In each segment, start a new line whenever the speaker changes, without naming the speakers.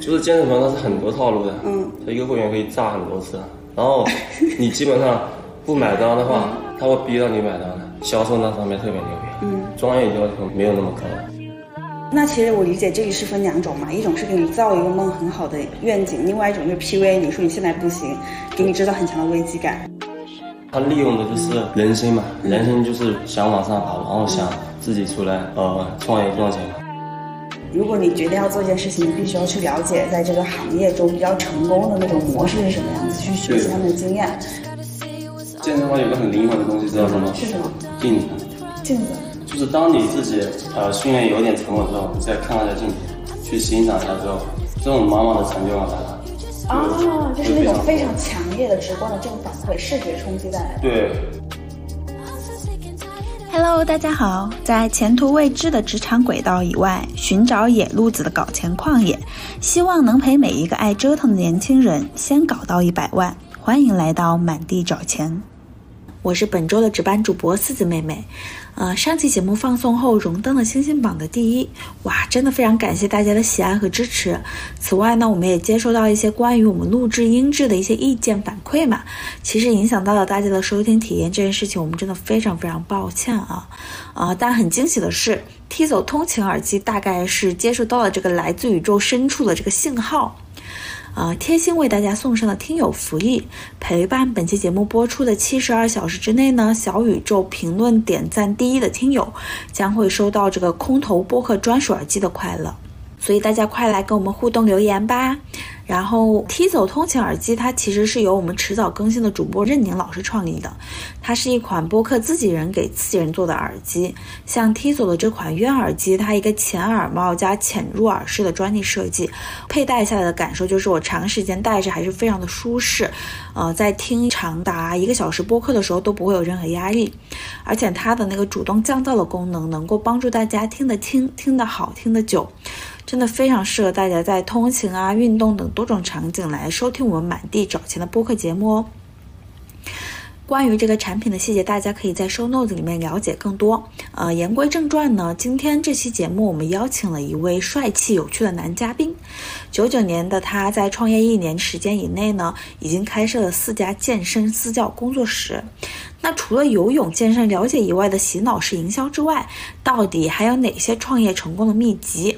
就是健身房它是很多套路的，
嗯，
它一个会员可以炸很多次，然后你基本上不买单的话，
嗯
他会逼到你买单的。销售那方面特别牛逼，嗯，专业要求没有那么高。
那其实我理解这里是分两种嘛，一种是给你造一个梦很好的愿景，另外一种就是 PUA，你说你现在不行，给你制造很强的危机感。
他利用的就是人心嘛，
嗯
人心就是想往上爬，然后想自己出来呃创业赚钱。
如果你决定要做一件事情，你必须要去了解在这个行业中比较成功的那种模式是什么样子，去学习他们的经验。
健身房有个很灵魂的东西，知道什么？
是什么？
镜子，
镜子。
就是当你自己呃训练有点成果之后，你再看一下镜子，去欣赏一下之后，这种满满的成就感来了。
哦，就是那种
非
非常强烈的、直观的这种反馈，视觉冲击带来的。
对。
Hello，大家好！在前途未知的职场轨道以外，寻找野路子的搞钱旷野，希望能陪每一个爱折腾的年轻人先搞到一百万。欢迎来到满地找钱。我是本周的值班主播四子妹妹。呃，上期节目放送后荣登了星星榜的第一，哇，真的非常感谢大家的喜爱和支持。此外呢，我们也接收到一些关于我们录制音质的一些意见反馈嘛，其实影响到了大家的收听体验这件事情，我们真的非常非常抱歉啊。啊，但很惊喜的是，T 走通勤耳机大概是接收到了这个来自宇宙深处的这个信号。啊，贴心为大家送上了听友福利，陪伴本期节目播出的七十二小时之内呢，小宇宙评论点赞第一的听友将会收到这个空投播客专属耳机的快乐。所以大家快来跟我们互动留言吧。然后 T 走通勤耳机，它其实是由我们迟早更新的主播任宁老师创立的，它是一款播客自己人给自己人做的耳机。像 T 走的这款渊耳机，它一个前耳帽加潜入耳式的专利设计，佩戴下来的感受就是我长时间戴着还是非常的舒适，呃，在听长达一个小时播客的时候都不会有任何压力。而且它的那个主动降噪的功能，能够帮助大家听得清、听得好、听得久。真的非常适合大家在通勤啊、运动等多种场景来收听我们满地找钱的播客节目哦。关于这个产品的细节，大家可以在 show notes 里面了解更多。呃，言归正传呢，今天这期节目我们邀请了一位帅气有趣的男嘉宾。九九年的他在创业一年时间以内呢，已经开设了四家健身私教工作室。那除了游泳、健身了解以外的洗脑式营销之外，到底还有哪些创业成功的秘籍？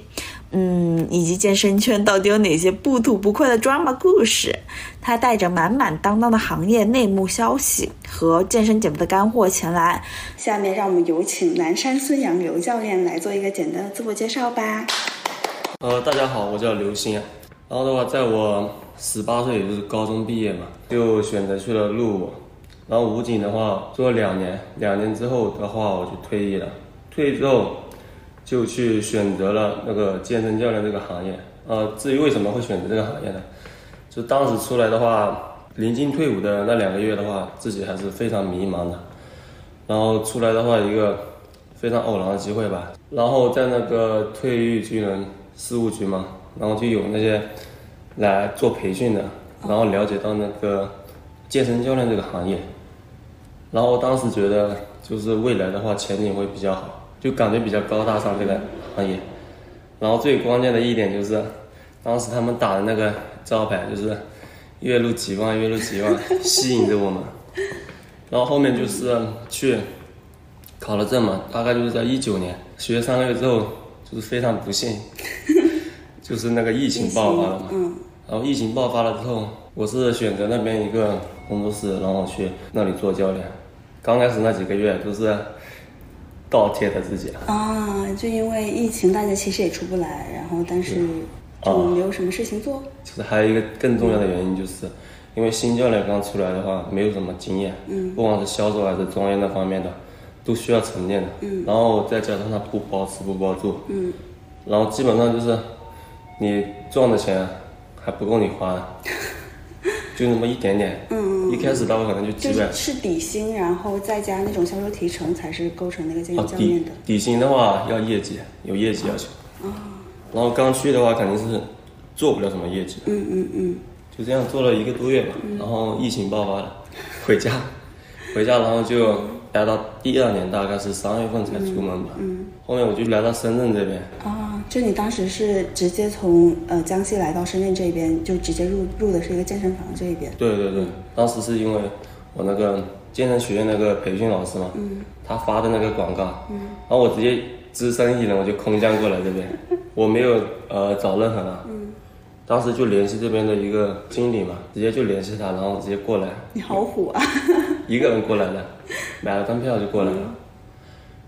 嗯，以及健身圈到底有哪些不吐不快的 drama 故事？他带着满满当当的行业内幕消息和健身减肥的干货前来。
下面让我们有请南山孙杨刘教练来做一个简单的自我介绍吧。
呃，大家好，我叫刘鑫啊。然后的话，在我十八岁，也就是高中毕业嘛，就选择去了入伍。然后武警的话做了两年，两年之后的话，我就退役了。退役之后，就去选择了那个健身教练这个行业。呃，至于为什么会选择这个行业呢？就当时出来的话，临近退伍的那两个月的话，自己还是非常迷茫的。然后出来的话，一个非常偶然的机会吧。然后在那个退役军人事务局嘛，然后就有那些来做培训的，然后了解到那个健身教练这个行业。然后当时觉得就是未来的话前景会比较好，就感觉比较高大上这个行业。然后最关键的一点就是，当时他们打的那个招牌就是月入几万，月入几万，吸引着我们。然后后面就是去考了证嘛，大概就是在一九年学三个月之后，就是非常不幸，就是那个疫情爆发了嘛。
嗯，
然后疫情爆发了之后，我是选择那边一个工作室，然后去那里做教练。刚开始那几个月都是倒贴着自己，
啊，就因为疫情，大家其实也出不来，然后但是就
啊
没有什么事情做。
就是还有一个更重要的原因，就是因为新教练刚出来的话，没有什么经验，
嗯
不管是销售还是专业那方面的，都需要沉淀的。
嗯
然后再加上他不包吃不包住，然后基本上就是你赚的钱还不够你花， 就那么一点点。一开始他可能就几
嗯就
百，
是是底薪，然后再加那种销售提成，才是构成那个健身
啊，
教
底
练的。哦
底薪的话要业绩，啊有业绩要求。然后刚去的话肯定是做不了什么业绩的，
嗯嗯嗯，
就这 样做了一个多月吧。然后疫情爆发了，回家，回家然后就来到第二年大概是三月份才出门吧。嗯，后面我就来到深圳这边，
啊，就你当时是直接从呃江西来到深圳这边，就直接入入的是一个健身房这一边。
对对对，当时是因为我那个健身学院那个培训老师嘛，他发的那个广告，然后我直接只身一人我就空降过来这边，我没有呃找任何人，当时就联系这边的一个经理嘛，直接就联系他，然后直接过来，
你好虎 啊！
一个人过来了，买了张票就过来了。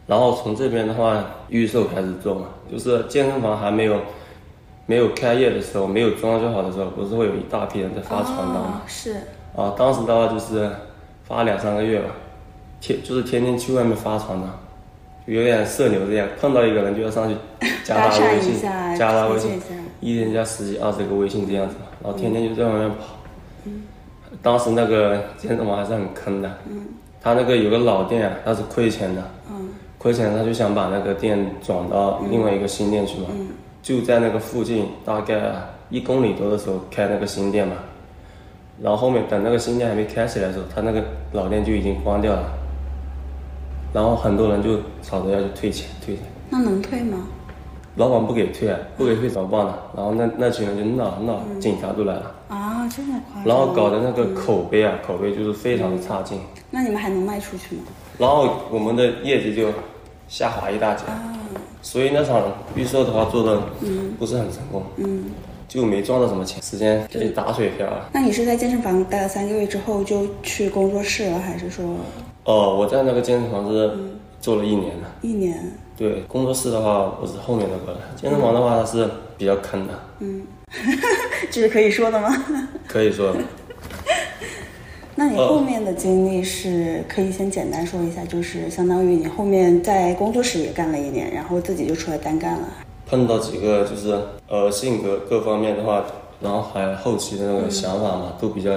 然后从这边的话，预售开始做嘛，就是健身房还没有没有开业的时候，没有装修好的时候，不是会有一大批人在发传单嘛？
哦，是
啊，当时的话就是发两三个月吧，天就是天天去外面发传单，就有点社牛这样，碰到一个人就要上去加
搭
他微
讪一
信
下，，
加他微
推
信
荐一，下。
一天加十几二十个微信这样子嘛，然后天天就在外面跑。
嗯
嗯当时那个健身房还是很坑的，
嗯
他那个有个老店啊，他是亏钱的，亏钱他就想把那个店转到
嗯
另外一个新店去嘛，就在那个附近大概一公里多的时候开那个新店嘛，然后后面等那个新店还没开起来的时候，他那个老店就已经关掉了，然后很多人就吵着要去退钱退钱，
那能退吗？
老板不给退，啊，不给退怎么办呢？然后那那群人就闹闹，警察都来了，
啊，这么夸张？
然后搞的那个口碑啊，口碑就是非常的差劲，
那你们还能卖出去吗？
然后我们的业绩就下滑一大截，所以那场预售的话做的不是很成功，就没赚到什么钱，时间就打水漂了。
那你是在健身房待了三个月之后就去工作室了，还是说
哦，我在那个健身房是做了一年了。
一年？
对，工作室的话我是后面的过来，健身房的话它是比较坑的，
这是可以说的吗？
可以说。
那你
呃
后面的经历是可以先简单说一下，就是相当于你后面在工作室也干了一年，然后自己就出来单干了。
碰到几个就是呃性格各方面的话，然后还有后期的那个想法嘛，都比较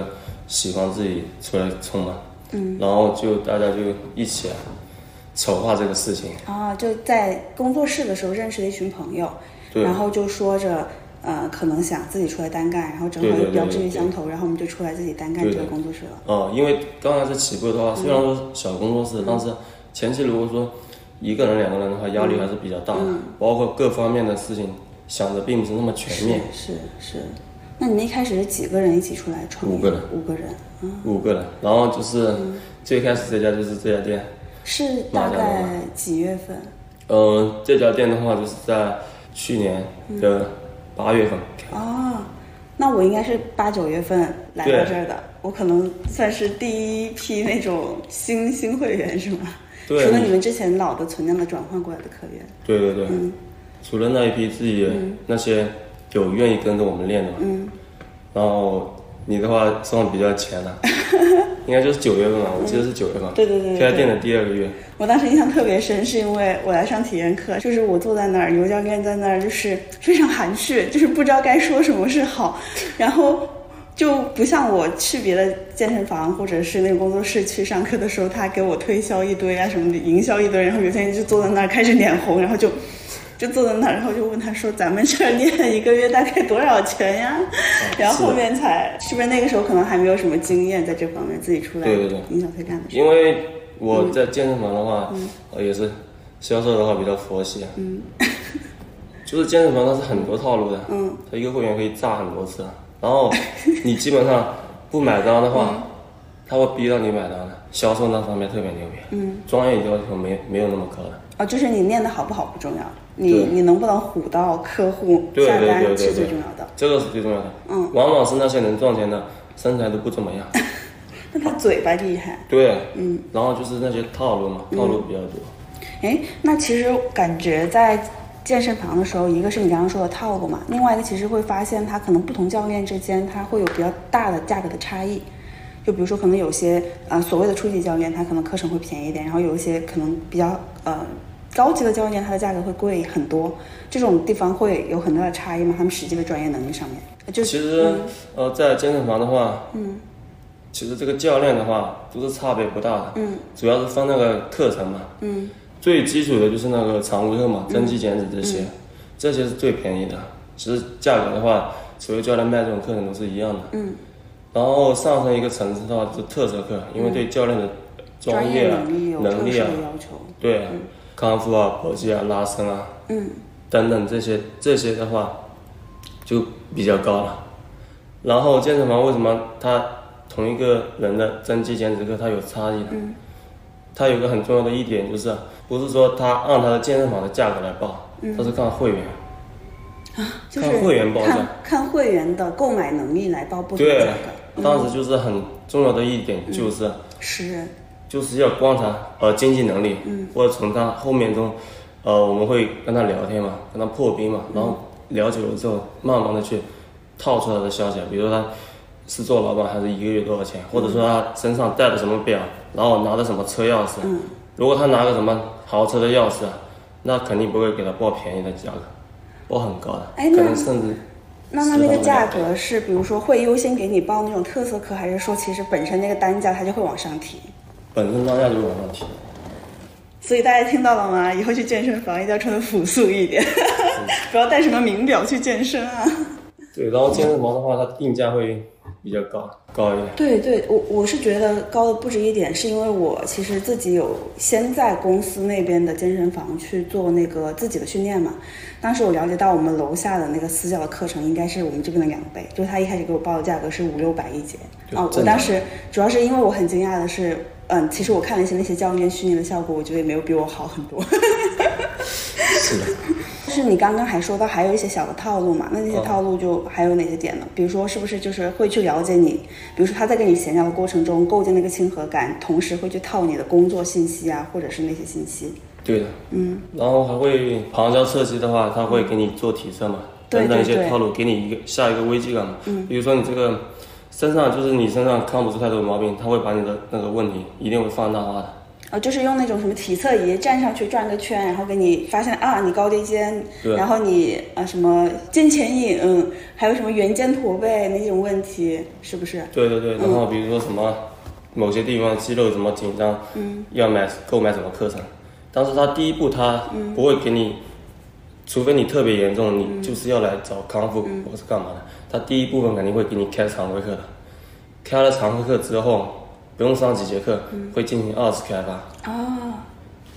喜欢自己出来冲嘛。嗯。然后就大家就一起、啊、筹划这个事情。
啊，就在工作室的时候认识了一群朋友，
对
然后就说着，呃，可能想自己出来单干，然后正好
对对
也
对
比较
对
志趣
对
相投，然后我们就出来自己单干
对
这个
对
工作室了。
哦、因为刚开始起步的话，虽然说小工作室，但是前期如果说一个人、两个人的话，压力还是比较大的，包括各方面的事情想的并不是那么全面。
是是，那你们一开始是几个人一起出来创业？
五个人，
五个人，嗯，
五个人，然后就是最开始这家就是这家店，
是
马
大
家
概
楼
几月份？
嗯，这家店的话就是在去年
嗯
的八月份开，
哦，那我应该是八九月份来到
对
这儿的，我可能算是第一批那种新新会员是吗？
对
除了
你
你们之前老的存量的转换过来的客源，
对对对，
嗯
除了那一批自己那些有愿意跟着我们练的嘛，
嗯
然后你的话算比较前 了，应该就是九月份吧，我记得是九月份，
对对对对
这家店的第二个月，
我当时印象特别深，是因为我来上体验课，就是我坐在那儿，刘教练在那儿，就是非常含蓄，就是不知道该说什么是好，然后。就不像我去别的健身房或者是那个工作室去上课的时候，他给我推销一堆啊什么的，营销一堆，然后有些人就坐在那儿开始脸红，然后就就坐在那儿，然后就问他说：“咱们这儿练一个月大概多少钱呀？”
哦
然后后面才是不是那个时候可能还没有什么经验在这方面，自己出来
对对对
影响推干的时候
因为我在健身房的话，呃也是销售的话比较佛系，嗯， 就是健身房它是很多套路的，嗯，它一个会员可以炸很多次，啊然后你基本上不买单的话，他会逼到你买单的，销售那方面特别牛逼，嗯，专业要求没没有那么高的，
哦，就是你练得好不好不重要，你
对
你能不能唬到客户
对
下
对
单
对
是
对
最
对
重要的。
这个是最重要的，嗯，往往是那些能赚钱的身材都不怎么 样，
那他嘴巴厉害，
对，嗯，然后就是那些套路嘛，套路比较多，
哎，那其实感觉在健身房的时候，一个是你刚刚说的套路嘛，另外一个其实会发现它可能不同教练之间它会有比较大的价格的差异。就比如说，可能有些呃所谓的初级教练，他可能课程会便宜一点，然后有一些可能比较呃高级的教练，他的价格会贵很多。这种地方会有很大的差异嘛？他们实际的专业能力上面，就嗯
其实、呃，在健身房的话，嗯，其实这个教练的话都是差别不大的，嗯，主要是分那个课程嘛，嗯，最基础的就是那个常规课嘛，增肌
嗯
减脂这些，这些是最便宜的。其实价格的话，所有教练卖这种课程都是一样的，嗯，然后上升一个层次的话就是特色课，因为对教练的专
嗯专
业
业
啊
能力有
能
特
力
殊
啊
的，要求。
对啊，康复啊、搏击啊、拉伸啊
嗯，
等等这些这些的话，就比较高了。然后健身房为什么它同一个人的增肌减脂课它有差异呢？
嗯
它有一个很重要的一点就是，啊不是说它按它的健身房的价格来报，
嗯
它是看会员。
就是
看会员报价
看看会员的购买能力来报不同
对啊
价格，，嗯
当时就是很重要的一点就是。啊
十人，
就是要观察呃经济能力，
嗯
或者从他后面中，呃我们会跟他聊天嘛，跟他破冰
嗯
嘛，然后了解了之后，慢慢的去套出他的消息，比如说他是做老板还是一个月多少钱，
嗯
或者说他身上带的什么表，然后拿的什么车钥匙，
嗯
如果他拿个什么豪车的钥匙，啊那肯定不会给他报便宜的价格，报很高的，
哎那
可能甚至
那么那个
10
价
到20
格是，比如说会优先给你报那种特色课，还是说其实本身那个单价它就会往上提？
本身当下就有问题。
所以大家听到了吗？以后去健身房一定要穿的朴素一点， 不要带什么名表去健身啊。
对，然后健身房的话，它定价会比较高高一点。
对对，我我是觉得高的不止一点，是因为我其实自己有先在公司那边的健身房去做那个自己的训练嘛。当时我了解到我们楼下的那个私教的课程应该是我们这边的两倍，就是他一开始给我报的价格是五六百一节
就
啊。我
正常
当时主要是因为我很惊讶的是，嗯，其实我看了一些那些教练训练的效果，我觉得也没有比我好很多。
是的。
就是你刚刚还说到还有一些小的套路嘛，那那些
嗯
套路就还有哪些点呢？比如说是不是就是会去了解你，比如说他在跟你闲聊的过程中构建那个亲和感，同时会去套你的工作信息啊，或者是那些信息。
对的，嗯，然后还会旁敲侧击的话，他会给你做提升嘛，
对
等等一
对
些
对
套路，给你一个下一个危机感嘛。嗯，比如说你这个身上就是你身上看不出太多的毛病，他会把你的那个问题一定会放大化的。
呃，就是用那种什么体测仪站上去转个圈，然后给你发现啊，你高低肩，
对
然后你啊什么肩前引，嗯，还有什么圆肩驼背那种问题，是啊不是？
对对对，然后比如说什么、某些地方肌肉怎么紧张，嗯，要买购买什么课程，但是他第一步他不会给你，除非你特别严重，你就是要来找康复或是干嘛的，他第一部分肯定会给你开常规课的，开了常规课之后，不用上几节课，会进行二次开发，
啊，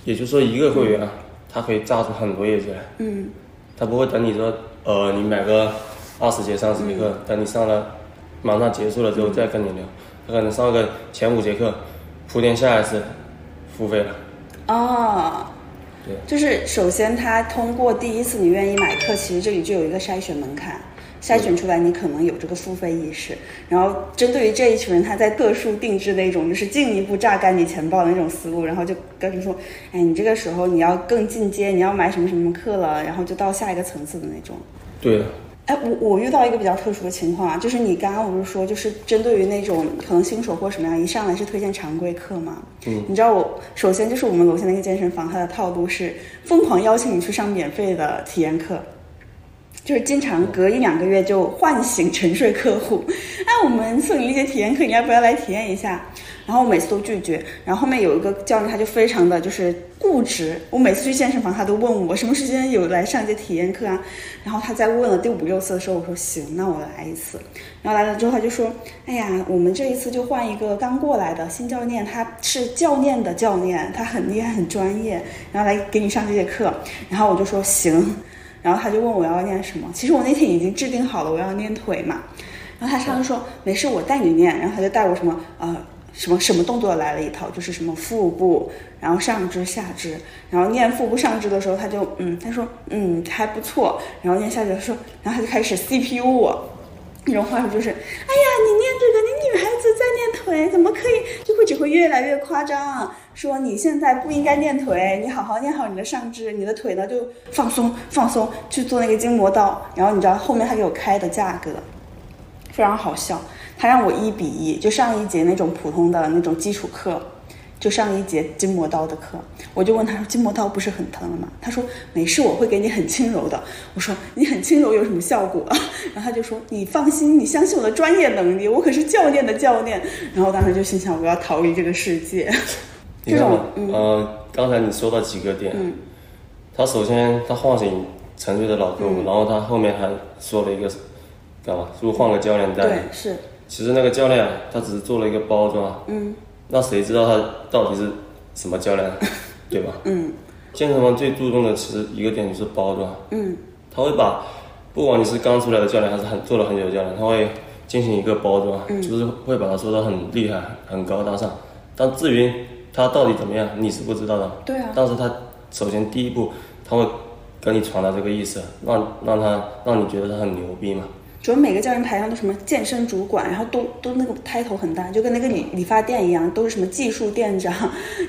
也就是说一个会员啊，他可以榨出很多业绩来，
嗯，
他不会等你说，呃，你买个二十节、三十节课，
嗯
等你上了，马上结束了之后再跟你聊，他可能上个前五节课，铺垫下一次付费了。
哦，
对
就是首先他通过第一次你愿意买课，其实这里就有一个筛选门槛，筛选出来你可能有这个付费意识，然后针对于这一群人，他在特殊定制那种就是进一步榨干你钱包的那种思路，然后就跟你说，哎，你这个时候你要更进阶，你要买什么什么课了，然后就到下一个层次的那种。
对的，
哎，我我遇到一个比较特殊的情况啊，就是你刚刚不是说，就是针对于那种可能新手或什么样，一上来是推荐常规课嘛？嗯，你知道我首先就是我们楼下那个健身房，它的套路是疯狂邀请你去上免费的体验课，就是经常隔一两个月就唤醒沉睡客户， 哎，我们送你一节体验课，你要不要来体验一下？然后我每次都拒绝，然后后面有一个教练他就非常的就是固执，我每次去健身房他都问我什么时间有来上一节体验课啊，然后他在问了第五六次的时候，我说行，那我来一次，然后来了之后他就说，哎呀，我们这一次就换一个刚过来的新教练，他是教练的教练，他很厉害很专业，然后来给你上这节课，然后我就说行。然后他就问我要练什么，其实我那天已经制定好了我要练腿嘛，然后他上次说没事，我带你练，然后他就带我什么呃什么什么动作来了一套，就是什么腹部，然后上肢、下肢，然后练腹部上肢的时候，他就嗯，他说嗯还不错，然后练下肢他说，然后他就开始 CPU 我。那种话术就是，哎呀，你练这个，你女孩子在练腿，怎么可以？就会只会越来越夸张，说你现在不应该练腿，你好好练好你的上肢，你的腿呢就放松放松，去做那个筋膜刀。然后你知道后面他给我开的价格，非常好笑。他让我一比一，就上一节那种普通的那种基础课，就上一节筋膜刀的课。我就问他说：“筋膜刀不是很疼吗？”他说：“没事，我会给你很轻柔的。”我说：“你很轻柔有什么效果？”啊 然后他就说：“你放心，你相信我的专业能力，我可是教练的教练。”然后当时就心想：“我要逃离这个世界。
你看嘛
这种，嗯
呃，刚才你说到几个点，啊他首先他唤醒沉睡的老客户，
嗯
然后他后面还说了一个，干嘛？是不是换个教练”带？
对，是，
其实那个教练啊他只是做了一个包装，
嗯，
那谁知道它到底是什么胶 囊，对吧？嗯。健身房最注重的其实一个点就是包装，
嗯，
它会把不管你是刚出来的教练还是很做了很久的教练，他会进行一个包装，
嗯
就是会把它说的很厉害、很高大上。但至于他到底怎么样，你是不知道的。
对啊
但是他首先第一步，他会跟你传达这个意思，让让他让你觉得他很牛逼嘛。
主要每个教练牌上都什么健身主管，然后都都那个 title 很大，就跟那个理理发店一样，都是什么技术店长，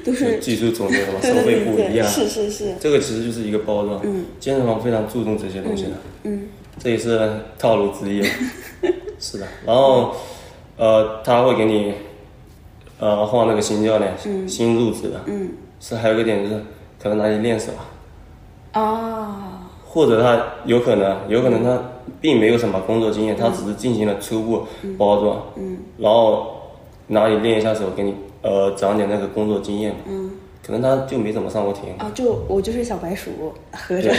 都是
技术总 结什么
对
收
对
费
对
不一
嗯对，
样，
是是是，
这个其实就是一个包装。嗯，健身房非常注重这些东西的。
嗯
这也是套路之一。啊 是的，然后呃，他会给你呃换那个新教练，新入职的。
嗯
是还有一个点就是，可能哪里练手啊，
啊，
或者他有可能有可能他并没有什么工作经验，他只是进行了初步包装，
嗯
然后哪里练一下手，给你呃长点那个工作经验嘛。
嗯
可能他就没怎么上过体验课。
啊，就我就是小白鼠，合着
对，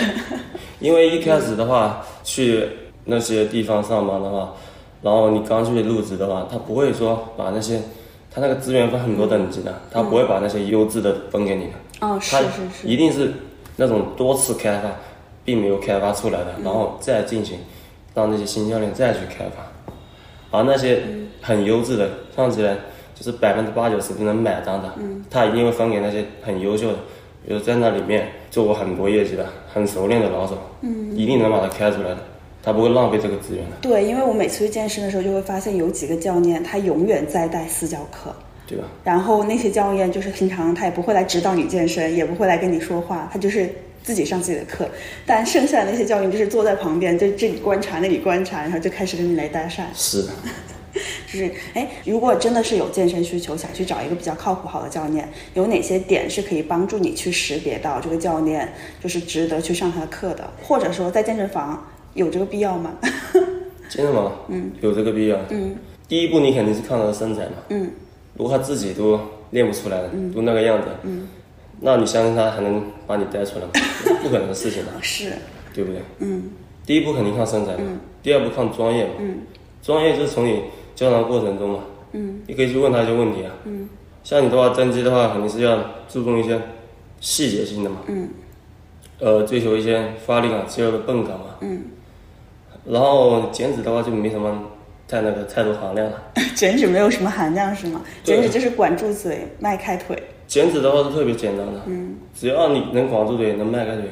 因为一开始的话，去那些地方上班的话，然后你刚去入职的话，他不会说把那些，他那个资源分很多等级的，他不会把那些优质的分给你的，
哦，是
他
是是，
一定是那种多次开发，并没有开发出来
嗯
的，然后再进行让那些新教练再去开发，而那些很优质的看起来就是百分之八九十都能买单的，
嗯
他一定会分给那些很优秀的，比如在那里面做过很多业绩的、很熟练的老手，一定能把他开出来的，他不会浪费这个资源的，
嗯对，因为我每次去健身的时候，就会发现有几个教练他永远在带私教课，
对吧？
然后那些教练就是平常他也不会来指导你健身，也不会来跟你说话，他就是自己上自己的课。但剩下的那些教练就是坐在旁边，就这里观察那里观察，然后就开始跟你来搭讪。
是的，
就是哎，如果真的是有健身需求，想去找一个比较靠谱好的教练，有哪些点是可以帮助你去识别到这个教练就是值得去上他的课的，或者说在健身房有这个必要吗？
真的吗？嗯，有这个必要。嗯，第一步你肯定是看他的身材嘛。
嗯，
如果他自己都练不出来了，都那个样子，嗯，那你相信他还能把你带出来吗？不可能的事情啊，
是，
对不对？嗯，第一步肯定看身材嘛，第二步看专业嘛，嗯，专业就是从你交谈过程中嘛，嗯，你可以去问他一些问题啊，嗯，像你的话增肌的话，肯定是要注重一些细节性的嘛，
嗯，
呃，追求一些发力感、肌肉的泵感嘛，嗯，然后减脂的话就没什么太那个太多含量了。
减脂没有什么含量是吗？
对
减脂就是管住嘴，迈开腿。
减脂的话是特别简单的，嗯，只要你能管住嘴，能迈开腿，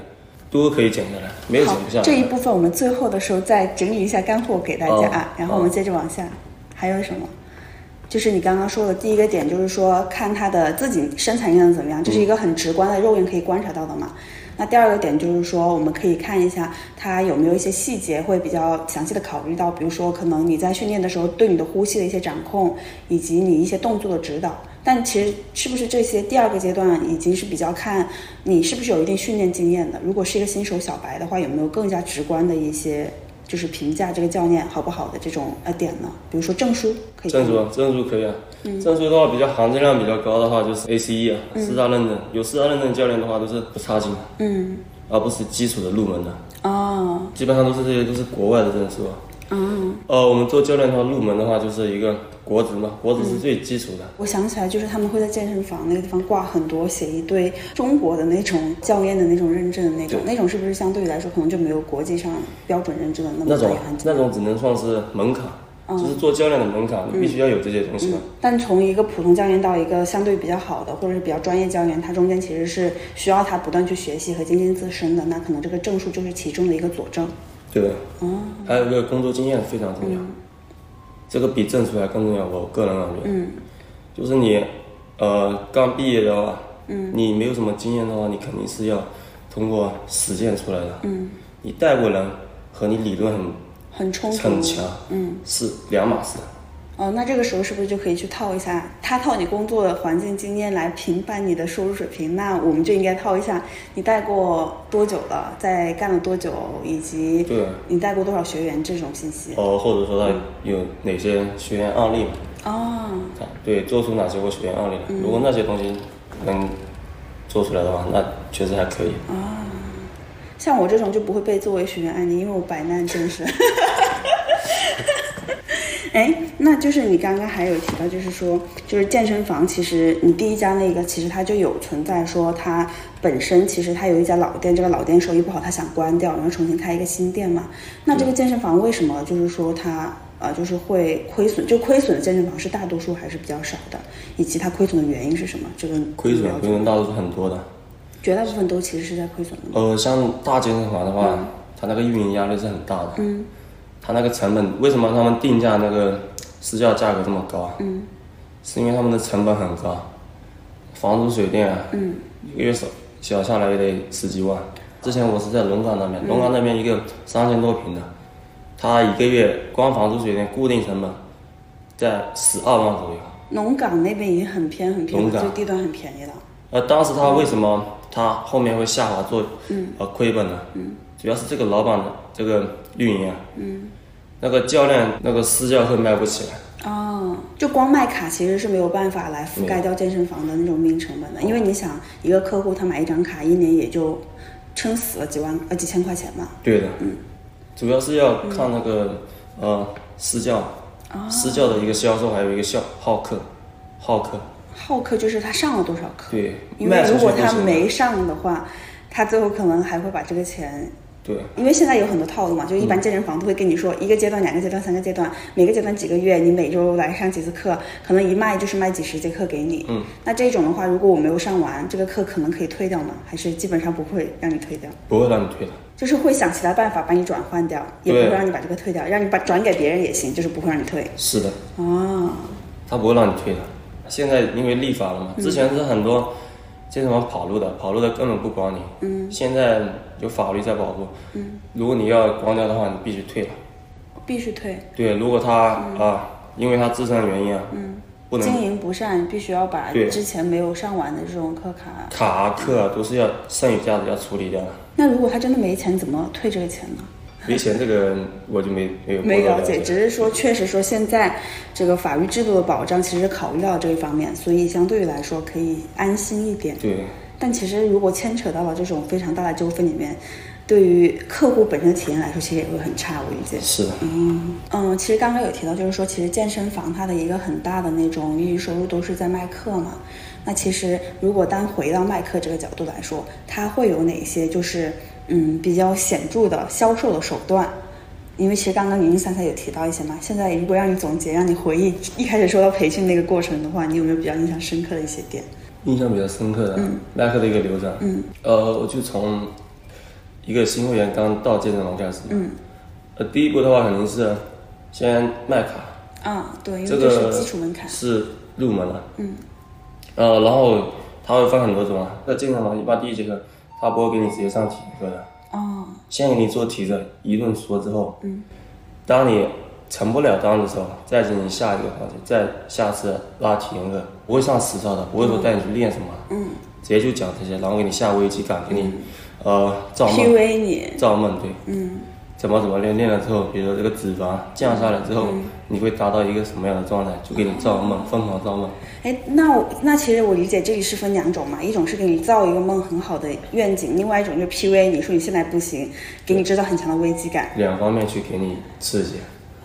都可以减下来，没有减
好
不下，来。
这一部分我们最后的时候再整理一下干货给大家，
哦
然后我们接着往下，还有什么？就是你刚刚说的第一个点，就是说看他的自己身材样子怎么
嗯
样，这是一个很直观的肉眼可以观察到的嘛。那第二个点就是说，我们可以看一下他有没有一些细节会比较详细的考虑到，比如说可能你在训练的时候对你的呼吸的一些掌控，以及你一些动作的指导。但其实是不是这些第二个阶段已经是比较看你是不是有一定训练经验的？如果是一个新手小白的话，有没有更加直观的一些就是评价这个教练好不好的这种呃点呢？比如说证书可以看
证
吗
书，证书可以啊。
嗯
证书的话，比较含金量比较高的话，就是 ACE 啊，四大认证。有四大认证教练的话，都是不差劲的，
嗯
而不是基础的入门的。
哦，
基本上都是这些都是国外的证书啊。
嗯，
呃，我们做教练的话，入门的话就是一个国职嘛，国
嗯
职是最基础的。
我想起来，就是他们会在健身房那个地方挂很多，写一堆中国的那种教练的那种认证的那种，那种是不是相对来说可能就没有国际上标准认证的那么
那
大
种
一个含金
那
量？哦
种只能算是门槛，就是做教练的门
嗯
槛，你必须要有这些东西嘛。
但从一个普通教练到一个相对比较好的，或者是比较专业教练，他中间其实是需要他不断去学习和精进自身的。那可能这个证书就是其中的一个佐证。
对不对？
哦
还有一个工作经验非常重要，
嗯
这个比证书还更重要。我个人感觉，嗯，就是你，呃，刚毕业的话，嗯，你没有什么经验的话，你肯定是要通过实践出来的，嗯，你带过人和你理论
很冲
很
突，
很强，
嗯，
是两码事。
哦，那这个时候是不是就可以去套一下他套你工作的环境经验来评判你的收入水平？那我们就应该套一下你带过多久了，在干了多久，以及
对
你带过多少学员这种信息。
哦，或者说他有哪些学员案例嘛？
哦，嗯
他对，做出哪些个学员案例来？如果那些东西能做出来的话，那确实还可以。
像我这种就不会被作为学员案例，因为我摆烂健身。 哎，那就是你刚刚还有提到，就是说，就是健身房，其实你第一家那个，其实它就有存在说，它本身其实它有一家老店，这个老店收益不好，它想关掉，然后重新开一个新店嘛。那这个健身房为什么就是说它呃就是会亏损？就亏损的健身房是大多数还是比较少的，以及它亏损的原因是什么？这个
亏损
了解
亏损大多数很多的。
绝大部分都其实是在亏损的嘛。
呃，像大健身房的话，它那个运营压力是很大的。嗯。它那个成本，为什么他们定价那个私教价格这么高啊？嗯。是因为他们的成本很高，房租、水电啊，嗯，一个月少小下来也得十几万。之前我是在龙岗那边，龙岗那边一个三千多平的，它一个月光房租、水电固定成本在十二万左右。
龙岗那边已经很偏很偏
龙
了，
岗
就地段很便宜了。
呃，当时他为什
嗯
么他后面会下滑做、呃亏本呢？
嗯
主要是这个老板的这个运营啊，那个教练那个私教课卖不起来，
哦，就光卖卡其实是没有办法来覆盖掉健身房的那种运营成
哦
本的，因为你想，一个客户他买一张卡，一年也就撑死了几万呃几千块钱嘛。
对的，
嗯
主要是要看那个、呃私教，
哦
私教的一个销售，还有一个效好客，好客，
好客就是他上了多少课，
对，
因为
卖出
如
去
果
多
他
少
没上的话，他最后可能还会把这个钱。
对
因为现在有很多套路嘛，就一般健身房都会跟你说一个阶段、两个阶段、三个阶段，每个阶段几个月，你每周来上几次课，可能一卖就是卖几十节课给你。嗯，那这种的话，如果我没有上完，这个课可能可以退掉吗？还是基本上不会让你退掉？
不会让你退的，
就是会想其他办法把你转换掉，也不
对
会让你把这个退掉，让你把转给别人也行，就是不会让你退。
是的，
哦，
他不会让你退的。现在因为立法了
嗯
嘛，之前是很多健身房跑路的，跑路的根本不管你。嗯。现在有法律在保护。嗯。如果你要关掉的话，你必须退了。
必须退，
对，如果他啊、因为他自身的原因啊，嗯，不
嗯经
能
营不善，必须要把
对
之前没有上完的这种课卡。
卡啊课啊都是要剩余价值要处理掉的。
那如果他真的没钱，怎么退这个钱呢？
以前这个我就没没有过
没
多
了
解
解，只是说确实说现在这个法律制度的保障其实考虑到这一方面，所以相对于来说可以安心一点。
对，
但其实如果牵扯到了这种非常大的纠纷里面，对于客户本身的体验来说，其实也会很差，我预计。
是的，
嗯嗯，其实刚刚有提到，就是说，其实健身房它的一个很大的那种业余收入都是在卖课嘛。那其实如果单回到卖课这个角度来说，它会有哪些就是嗯比较显著的销售的手段？因为其实刚刚零零三三有提到一些嘛。现在如果让你总结，让你回忆一开始说到培训那个过程的话，你有没有比较印象深刻的一些点？
印象比较深刻的耐克的一个流转。嗯，呃，我就从一个新会员刚到健身房开始。嗯，呃，第一步的话肯定是先卖卡，
啊，对，因为
这
这
个
是基础门槛。
是入门了。嗯，呃，然后他会分很多种啊，在健身房一般第一节课他不会给你直接上体育课的，
哦，
先给你做提着一顿说之后，嗯，当你成不了单的时候，再进行下一个环节，再下次拉体验课，不会上实操的，不会说带你去练什么，嗯，直接就讲这些，然后给你下危机感，给你、
嗯
呃造梦，
，PUA 你，
造梦对，嗯，怎么怎么练，练了之后，比如说这个脂肪降下来之后，你会达到一个什么样的状态，就给你造梦，疯狂造梦，
哎，那我那其实我理解这里是分两种嘛，一种是给你造一个梦很好的愿景，另外一种就是 PUA 你说你现在不行，给你制造很强的危机感。
两方面去给你刺激。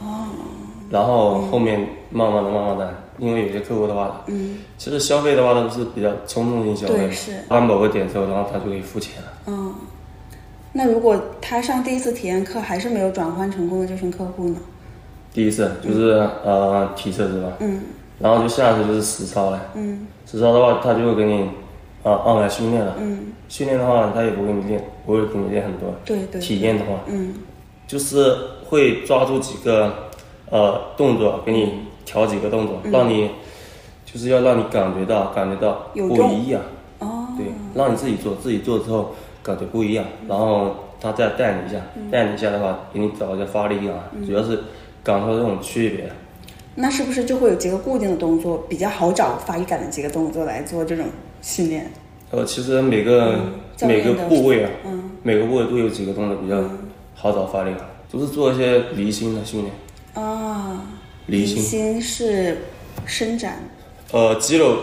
哦然后后面慢慢的、慢慢的，因为有些客户的话，嗯，其实消费的话都是比较冲动性消费
对，是
按某个点之后，然后他就可以付钱了。
那如果他上第一次体验课还是没有转换成功的这群客户呢？
第一次就是、呃体测是吧？嗯。然后就下一次就是实操了。嗯。实操的话，他就会给你啊、呃安排训练了。嗯。训练的话，他也不会给你练，不会给你练很多。
对对
体验的话，嗯，就是会抓住几个呃动作，给你调几个动作，
嗯
让你就是要让你感觉到感觉到
有
不
用
一样。
哦，嗯
对，让你自己做，自己做之后感觉不一样，然后他再带你一下，带你一下的话，给你找一下发力感，
嗯
主要是感受这种区别。
那是不是就会有几个固定的动作，比较好找发力感的几个动作来做这种训练？
呃，其实每个、
嗯教
每
练
个
的嗯
部位啊，每个部位都有几个动作比较好找发力感，就是做一些离心的训练，
啊，
离心。
心是伸展，
啊
嗯
呃，肌肉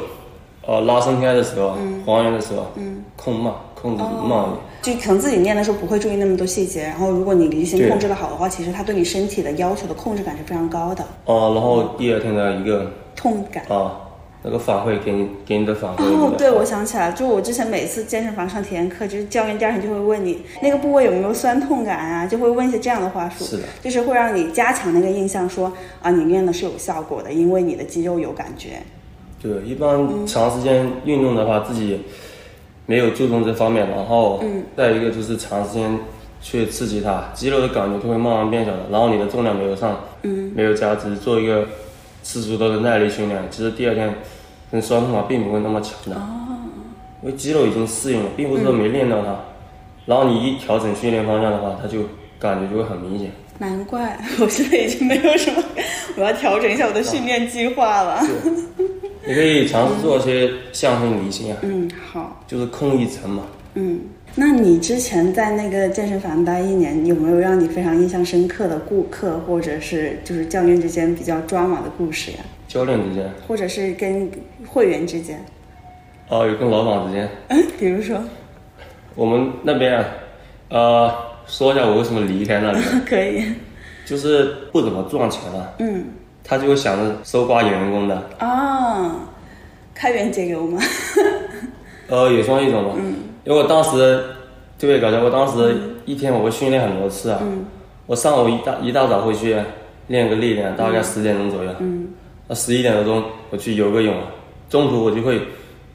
呃拉伸开的时候，还原的时候，控慢控控制贸易。
就可能自己念的时候不会注意那么多细节，然后如果你离心
对
控制的好的话，其实它对你身体的要求的控制感是非常高的，
哦、然后第二天的一个
痛感。
啊，那个反馈给你给你的反馈。
哦，
不
对，我想起来了，就我之前每次健身房上体验课，就是教练第二天就会问你那个部位有没有酸痛感啊，就会问一些这样的话术，
是的
就是会让你加强那个印象说，啊，你练的是有效果的，因为你的肌肉有感觉。
对，一般长时间运动的话，自己没有注重这方面，然后再一个就是长时间去刺激它，肌肉的感觉就会慢慢变小的，然后你的重量没有上，嗯，没有加，只是做一个十足的耐力训练，其实第二天跟酸痛啊并不会那么强的，因为肌肉已经适应了，并不是说没练到它，然后你一调整训练方向的话，它就感觉就会很明显。
难怪我现在已经没有什么，我要调整一下我的训练计划了。
你可以尝试做一些向心离心啊，
嗯，好，
就是空一层嘛，
嗯，那你之前在那个健身房待一年，有没有让你非常印象深刻的顾客，或者是就是教练之间比较抓马的故事呀？
教练之间。
或者是跟会员之间，
哦，有跟老板之间，
比如说，
我们那边啊，呃，说一下我为什么离开那里，啊
可以，
就是不怎么赚钱了、
嗯，
他就会想着收刮员工的，
啊，开源节流嘛，
呃，也算一种吧。因为我当时特别搞笑，我当时一天我会训练很多次啊，我上午一大一大早会去练个力量，大概十点钟左右，
嗯
到十一点多钟我去游个泳，中途我就会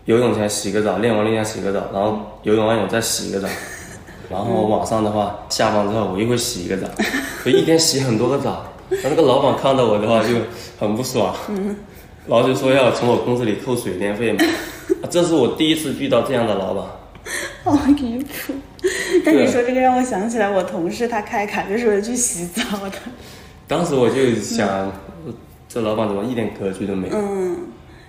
游泳前洗个澡，练完力量洗个澡，然后游泳完泳再洗 个澡，然后晚上的话下班之后我又会洗一 个澡，就一天洗很多个澡。那那个老板看到我的话就很不爽，然后就说要从我工资里扣水电 费嘛。啊这是我第一次遇到这样的老板。
好离谱。 但你说这个让我想起来，我同事他开卡就是为了去洗澡的，
当时我就想，呃这老板怎么一点格局都没有？
嗯，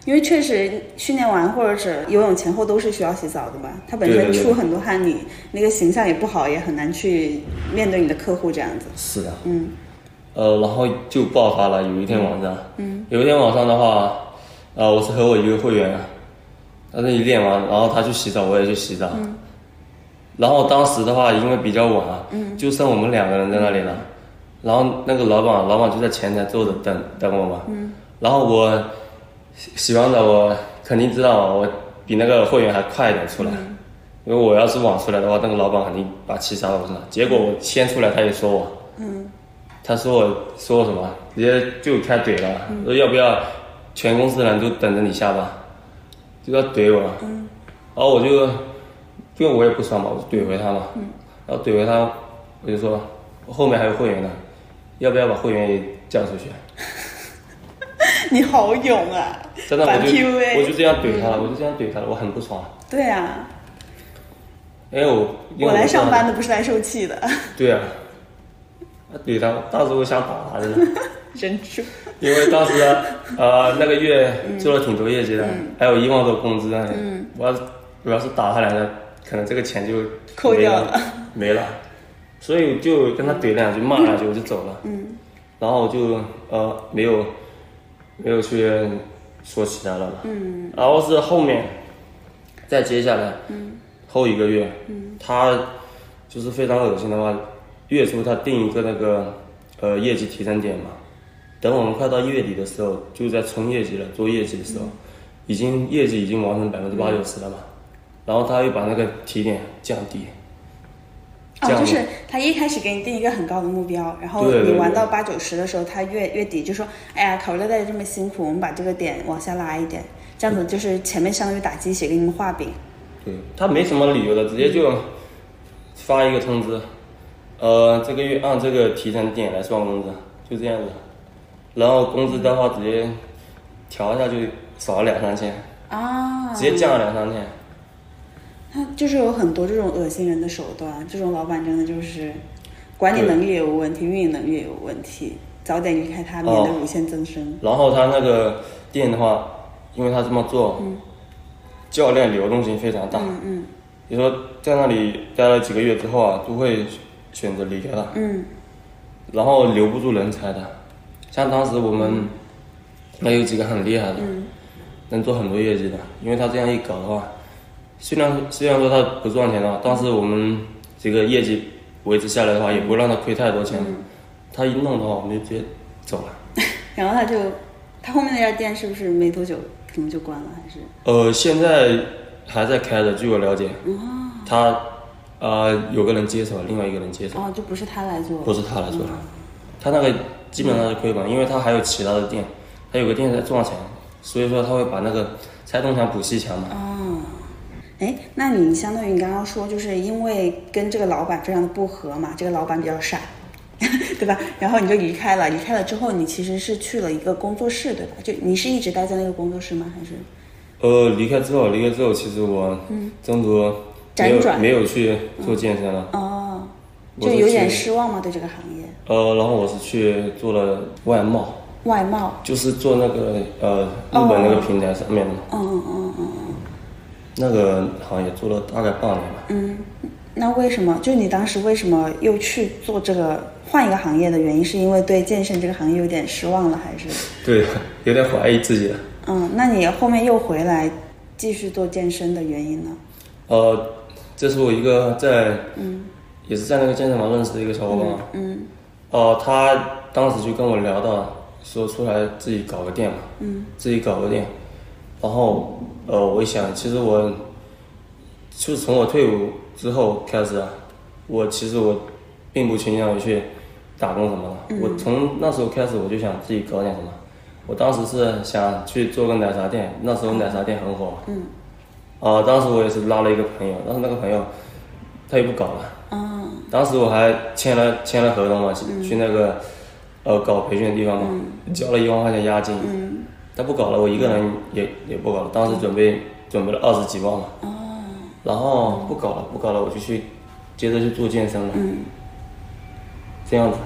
因为确实训练完或者是游泳前后都是需要洗澡的嘛，他本身
对对对
出很多汗，你那个形象也不好，也很难去面对你的客户这样子。
是的，
嗯，
呃，然后就爆发了。有一天晚上，嗯，有一天晚上的话，呃，我是和我一个会员，啊他那里练完，然后他去洗澡，我也去洗澡。然后当时的话，因为比较晚啊，就剩我们两个人在那里了。然后那个老板，老板就在前台坐着等等我嘛。然后我洗洗完澡，我肯定知道我比那个会员还快一点出来，因为我要是晚出来的话，那个老板肯定把气撒到我身上。结果我先出来，他也说我，他说我说我什么，直接就开怼了，
嗯
说要不要全公司的人都等着你下班，就要怼我了。
嗯
然后我就，因为我也不爽嘛，我就怼回他嘛。
嗯
然后怼回他，我就说后面还有会员呢，要不要把会员也叫出去？
你好勇啊，
真的，我
反
就
PUA，
我就这样怼他了，我就这样怼他了，我很不爽。
对啊，
因为我因为
我来上班
的，
的不是来受气的，
对啊，怼他，当时我想打他真的。
忍住。
因为当时呃那个月做了挺多业绩的，还有一万多工资呢。我要是主要是打他两下，可能这个钱就
扣
没
掉
了，
了
没了。所以就跟他怼两句，骂两句，我就走了。
嗯
然后我就呃没有没有去说其他的了。
嗯
然后是后面再接下来，后一个月，
嗯
他就是非常恶心的话，月初他定一个那个呃业绩提升点嘛，等我们快到月底的时候，就在冲业绩了，做业绩的时候，
嗯
已经业绩已经完成百分之八九十了嘛，
嗯
然后他又把那个提点降低，
哦，
降
就
了
是他一开始给你定一个很高的目标，然后
对对
你
对
玩到八九十的时候，他月月底就说：“哎呀，考虑到大家这么辛苦，我们把这个点往下拉一点。”
嗯
这样子就是前面相当于打鸡血给你们画饼。
对他没什么理由的，直接就发一个通知，呃，这个月按这个提成点来算工资，就这样子。然后工资的话，直接调一下就少了两三千，
啊，
直接降了两三千。
他就是有很多这种恶心人的手段，这种老板真的就是管理
对
能力也有问题，运营能力也有问题，早点离开他，免
哦
得乳腺增生。
然后他那个店的话，因为他这么做，教练流动性非常大。
嗯嗯
你说在那里待了几个月之后啊，都会选择离开了。
嗯，
然后留不住人才的，像当时我
嗯
们也有几个很厉害的，能做很多业绩的，因为他这样一搞的话，虽然虽然说他不赚钱了，但是我们这个业绩维持下来的话，也不会让他亏太多钱。
嗯
他一弄的话，我们就直接走了。
然后他就他后面那家店是不是没多久怎么就关了？还是
呃，现在还在开着，据我了解，他呃有个人接手，另外一个人接手，
哦，就不是他来做？
不是他来做的。他那个基本上是亏本，因为他还有其他的店，他有个店在赚钱，所以说他会把那个拆东墙补西墙嘛。
嗯哎，那你相当于你刚刚说，就是因为跟这个老板非常的不合嘛，这个老板比较傻， 对吧？然后你就离开了，离开了之后，你其实是去了一个工作室，对吧？就你是一直待在那个工作室吗？还是
呃，离开之后，离开之后，其实我中途没
嗯辗
有、
转嗯
没有去做健身了。
哦，
我
就是有点
去
失望吗？对这个行业，
呃，然后我是去做了外贸，
外贸，
就是做那个呃日本那个平台上面的嘛，
哦嗯嗯嗯嗯
那个行业做了大概半年吧。
嗯。那为什么？就你当时为什么又去做这个换一个行业的原因，是因为对健身这个行业有点失望了，还是？
对，有点怀疑自己了。
嗯，那你后面又回来继续做健身的原因呢？
呃，这是我一个在，也是在那个健身房认识的一个小伙伴。
嗯
哦、他当时就跟我聊到，说出来自己搞个店嘛，
嗯
自己搞个店。然后，呃，我一想，其实我，就是从我退伍之后开始啊，我其实我并不倾向于去打工什么的。
嗯
我从那时候开始，我就想自己搞点什么。我当时是想去做个奶茶店，那时候奶茶店很火嘛。
嗯
啊、当时我也是拉了一个朋友，但是那个朋友他又不搞了。
嗯
当时我还签了签了合同嘛，去去那个呃搞培训的地方嘛，交了一万块钱押金。
嗯
他不搞了，我一个人也也不搞了。当时准备准备了二十几万嘛，
哦
然后不搞了，不搞了，我就去接着去做健身了。
嗯，
这样子，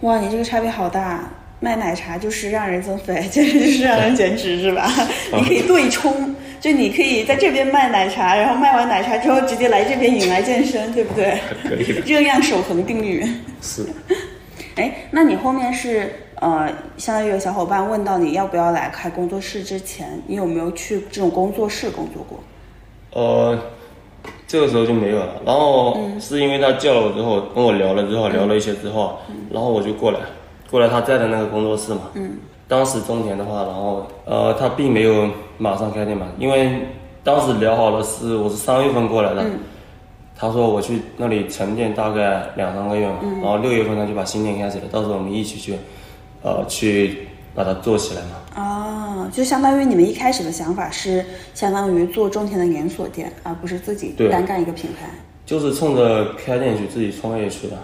哇，你这个差别好大。卖奶茶就是让人增肥， 健身就是让人减脂，是吧？你可以对冲，就你可以在这边卖奶茶，然后卖完奶茶之后直接来这边引来健身，对不对？
可以的
热量守恒定律。
是
哎，那你后面是呃，相当于有小伙伴问到你要不要来开工作室之前，你有没有去这种工作室工作过？
呃，这个时候就没有了。然后是因为他叫了我之后，跟我聊了之后，聊了一些之后，然后我就过来，过来他在的那个工作室嘛。嗯。当时中田的话，然后呃，他并没有马上开店嘛，因为当时聊好了是我是三月份过来的，他说我去那里沉淀大概两三个月嘛，然后六月份他就把新店开始了，到时候我们一起去，呃，去把它做起来嘛。啊
哦，就相当于你们一开始的想法是相当于做种田的连锁店，而不是自己
对
单干一个品牌。
就是冲着开店去，自己创业去的。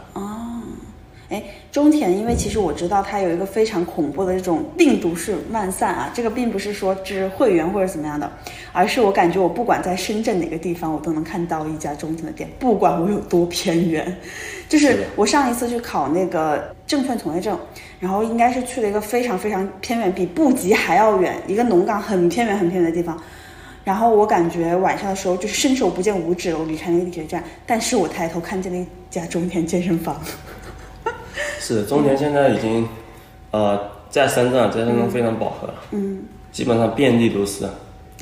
哎，中田，因为其实我知道它有一个非常恐怖的这种病毒式漫散啊，这个并不是说只会员或者怎么样的，而是我感觉我不管在深圳哪个地方，我都能看到一家中田的店，不管我有多偏远。就是我上一次去考那个证券从业证，然后应该是去了一个非常非常偏远，比布吉还要远，一个农港很偏远很偏远的地方。然后我感觉晚上的时候就是伸手不见五指，我离开那个地铁站，但是我抬头看见了一家中田健身房。
是中田现在已经，呃，在深圳，在深圳非常饱和了，
嗯，
基本上遍地都是，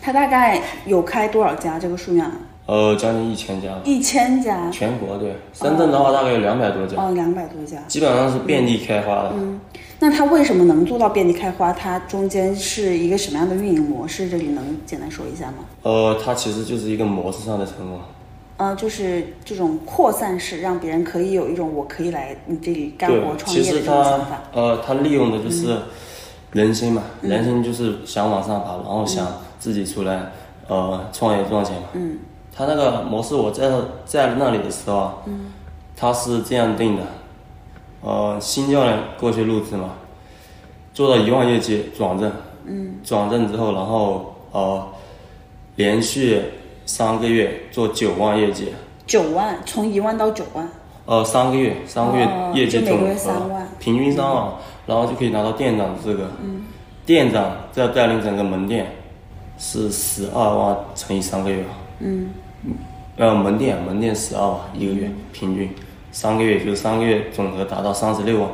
他大概有开多少家这个数量？
呃，将近一千家吧，
一千家，
全国对，深圳的话大概有两百多家，
哦，嗯两百多家。
基本上是遍地开花的。
那他为什么能做到遍地开花？它中间是一个什么样的运营模式？这里能简单说一下吗？
呃，它其实就是一个模式上的成功。
呃，就是这种扩散式，让别人可以有一种我可以来你这里干
对
活，创
其
业的
实
这种想
它
法。嗯
呃，它利用的就是人心嘛，人心就是想往上爬，然后想自己出来呃创业赚钱嘛。
嗯
他那个模式我在在那里的时候啊，
嗯
他是这样定的，呃，新教练过去入职嘛，做到一万业绩转正，嗯，转正之后，然后呃，连续三个月做九万业绩，
九万，从一万到九万。
呃，三个月，三个月
哦
业绩
就每
总
个
和，
月三万嗯
平均三万，然后就可以拿到店长的资格，嗯，店长再带领整个门店，是十二万乘以三个月吧。
嗯，
呃，门店门店十二万一个月平均，三个月也就是三个月总
嗯
和达到三十六万，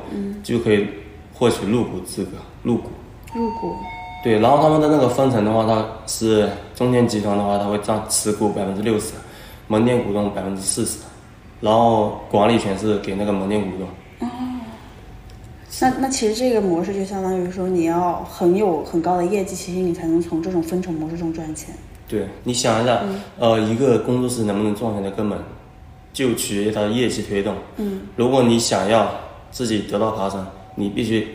就可以获取入股资格，入股。
入股。
对，然后他们的那个分成的话，它是中建集团的话，它会占持股百分之六十，门店股东百分之四十，然后管理权是给那个门店股东。
那那其实这个模式就相当于说，你要很有很高的业绩，其实你才能从这种分成模式中赚钱。
对，你想一下，
嗯
呃，一个工作室能不能赚钱的根本，就取决于它的业绩推动。嗯，如果你想要自己得到爬升，你必须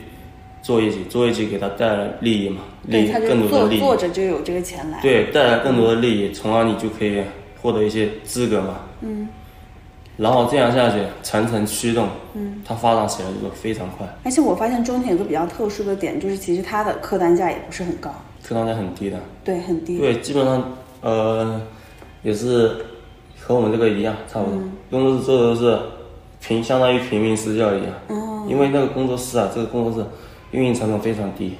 做业绩，做业绩给它带来利益嘛，利
对，
益
他就
更多的
做
利益，
做着就有这个钱来。
对，带来更多的利益，从而你就可以获得一些资格嘛。嗯。然后这样下去，层层驱动，嗯，它发展起来就非常快，
而且我发现中铁有个比较特殊的点，就是其实它的客单价也不是很高，
客单价很低的。
对，很低。
对，基本上呃也是和我们这个一样，差不多。工作室做的都是平，相当于平民私教一样。因为那个工作室啊，这个工作室运营成本非常低。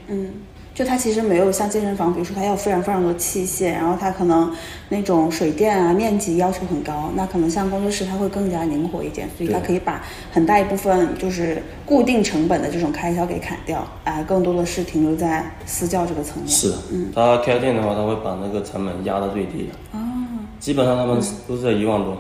就它其实没有像健身房，比如说它要非常非常多器械，然后它可能那种水电啊面积要求很高，那可能像工作室它会更加灵活一点，所以它
对
可以把很大一部分就是固定成本的这种开销给砍掉，啊，更多的是停留在私教这个层面。
是，
嗯
他开店的话，他会把那个成本压到最低。哦。基本上他们都是在一万多，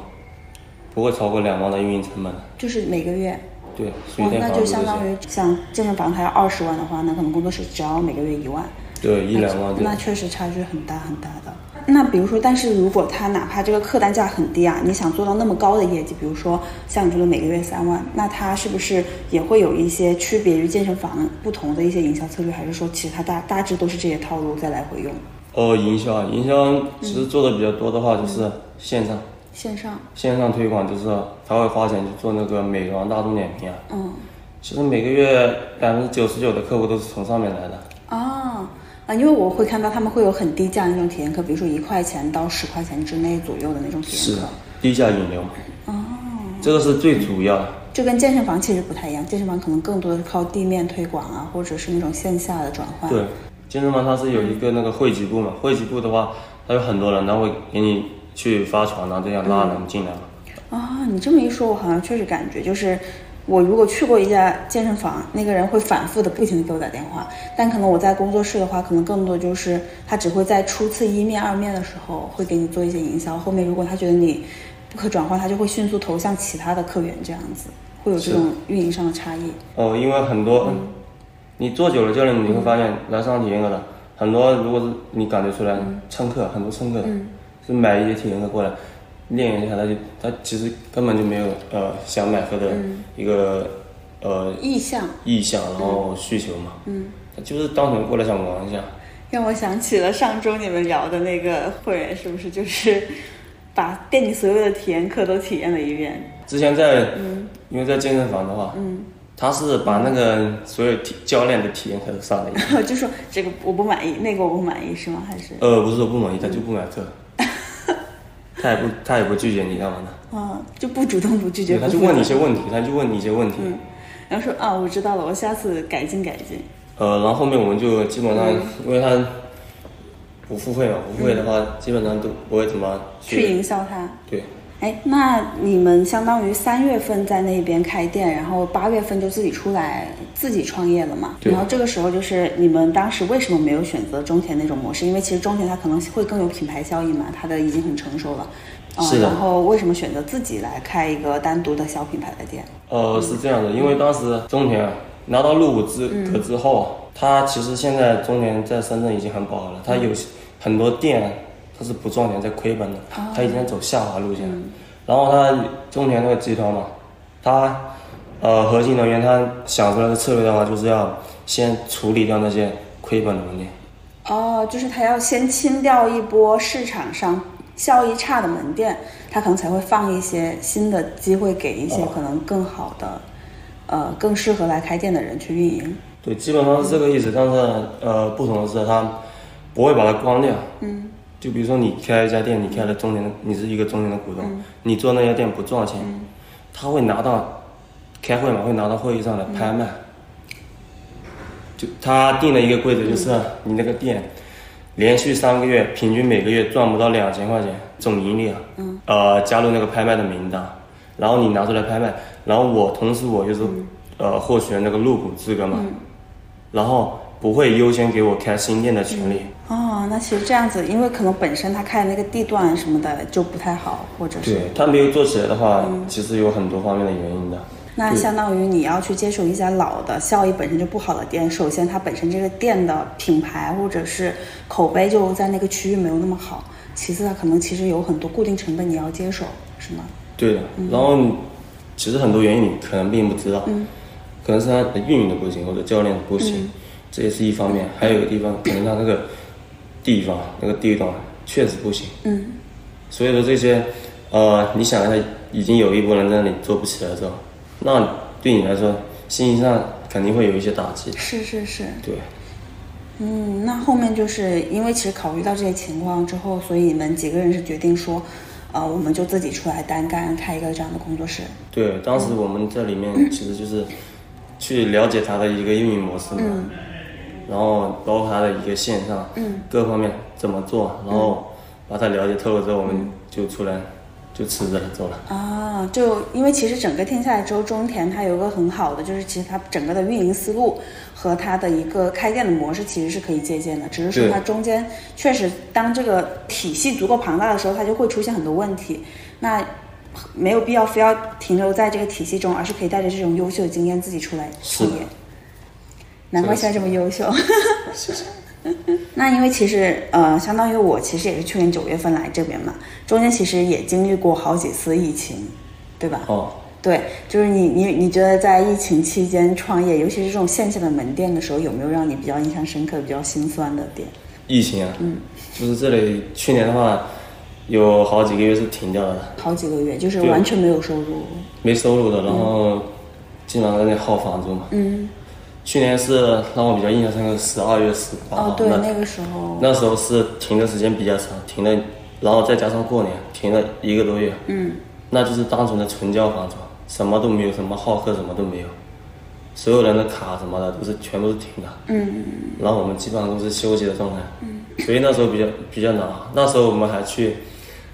不会超过两万的运营成本。
就是每个月，
对，水
哇，
电
那
房
就
租这
相当
些，
于像健身房它要二十万的话，那可能工作室只要每个月一万。
对，一
那
两万这
那
样。
确实差距很大很大的。那比如说，但是如果他哪怕这个客单价很低啊，你想做到那么高的业绩，比如说像你说的每个月三万，那他是不是也会有一些区别于健身房不同的一些营销策略？还是说其实他大大致都是这些套路再来回用？
呃，营销，啊，营销其实做的比较多的话，就是线上。
嗯线上，
线上推广就是他会花钱去做那个美团大众点评啊。
嗯，
其实每个月百分之九十九的客户都是从上面来的。
啊啊，因为我会看到他们会有很低价那种体验课，比如说一块钱到十块钱之内左右的那种体验课，
低价引流。哦。这个是最主要的。
就跟健身房其实不太一样，健身房可能更多的是靠地面推广啊，或者是那种线下的转换。
对，健身房它是有一个那个汇集部嘛，汇集部的话，它有很多人，他会给你去发传啊单，这样拉人进来嘛。
啊，你这么一说，我好像确实感觉就是，我如果去过一家健身房，那个人会反复的不停的给我打电话，但可能我在工作室的话，可能更多就是他只会在初次一面、二面的时候会给你做一些营销，后面如果他觉得你不可转换，他就会迅速投向其他的客源，这样子会有这种运营上的差异。
哦，因为很多，你做久了教练，你会发现来上体验课的很多，如果是你感觉出来蹭课，很多蹭课的，是买一些体验课过来练一下，他就他其实根本就没有呃想买课的一个呃
意向
意向，然后需求嘛，他就是单纯过来想玩一下，
让我想起了上周你们聊的那个会员，是不是就是把店里所有的体验课都体验了一遍？
之前在，
嗯
因为在健身房的话，他是把那个所有体教练的体验课都上了一遍，
然后就说这个我不满意，那个我不满意，是吗？还是
呃，不是说不
嗯
满意，他就不买课，他也不他也不拒绝你干嘛呢？
啊，就不主动不拒绝，嗯
对，他就
不主动
问你一些问题，他就问你一些问题，
然后说啊，我知道了，我下次改进改进。
呃，然后后面我们就基本
嗯
上，因为他不付费嘛，不付费的话，基本上都不会怎么
嗯去营销他。
对，
哎，那你们相当于三月份在那边开店，然后八月份就自己出来自己创业了嘛？
对
然后这个时候就是你们当时为什么没有选择中田那种模式？因为其实中田它可能会更有品牌效应嘛，它的已经很成熟了。啊
是的
然后为什么选择自己来开一个单独的小品牌的店？
呃，是这样的，因为当时中田啊拿到入伍资格之后啊，他其实现在中田在深圳已经很不好了，他有很多店他是不赚钱在亏本的，他已经在走下滑路线了。然后他中田那个集团嘛，他呃核心能源他想出来的策略的话，就是要先处理掉那些亏本的门店。
哦，就是他要先清掉一波市场上效益差的门店，他可能才会放一些新的机会给一
哦
些可能更好的，呃，更适合来开店的人去运营。
对，基本上是这个意思。但是呃，不同的是，他不会把它关掉。嗯。就比如说你开一家店，你开了中年的，你是一个中年的股东，你做那家店不赚钱，他会拿到开会嘛，会拿到会议上来拍卖。就他定了一个规则，就是你那个店连续三个月平均每个月赚不到两千块钱总盈利啊，呃，加入那个拍卖的名单，然后你拿出来拍卖，然后我同时我就是、呃获取了那个入股资格嘛，然后不会优先给我开新店的权利。
哦，那其实这样子，因为可能本身他开的那个地段什么的就不太好，或者是
对，嗯他没有做起来的话，其实有很多方面的原因的。
那
对
相当于你要去接手一家老的效益本身就不好的店，首先它本身这个店的品牌或者是口碑就在那个区域没有那么好，其次它可能其实有很多固定成本你要接手，是吗？
对的，然后你其实很多原因你可能并不知道，可能是他的运营的不行，或者教练的不行，这也是一方面。还有一个地方，可能他那个地方那个地段确实不行。
嗯，
所以说这些，呃，你想一下，已经有一波人在那里做不起来之后，那对你来说心理上肯定会有一些打 击。
是是是，
对，
嗯，那后面就是因为其实考虑到这些情况之后，所以你们几个人是决定说，呃，我们就自己出来单干开一个这样的工作室。
对，当
嗯
时我们在里 面其实就是去了解他的一个运营模式嘛，
嗯
然后包括他的一个线上，各方面怎么做，然
嗯
后把它了解透了之后，我们就出来就辞职了，走了。
啊，就因为其实整个听下来之后，中田它有一个很好的，就是其实它整个的运营思路和它的一个开店的模式其实是可以借鉴的，只是说
对
它中间确实当这个体系足够庞大的时候，它就会出现很多问题。那没有必要非要停留在这个体系中，而是可以带着这种优秀的经验自己出来
是
创业
的。
难怪
这个是
现在这么优秀。那因为其实呃，相当于我其实也是去年九月份来这边嘛，中间其实也经历过好几次疫情，对吧？
哦，
对，就是你你你觉得在疫情期间创业，尤其是这种线下的门店的时候，有没有让你比较印象深刻、比较心酸的点？
疫情啊，
嗯
就是这里去年的话有好几个月是停掉的，
好几个月就是
对
完全没有收入，
没收入的，然后基本上在那里耗房租嘛。
嗯，
去年是让我比较印象深刻，十二月十八号
哦，对，
啊那
那个时候，
那时候是停的时间比较长，停了，然后再加上过年停了一个多月，
嗯，
那就是单纯的纯交房租，什么都没有，什么好客什么都没有，所有人的卡什么的都是全部是停的，
嗯，
然后我们基本上都是休息的状态，所以那时候比较比较难。那时候我们还去，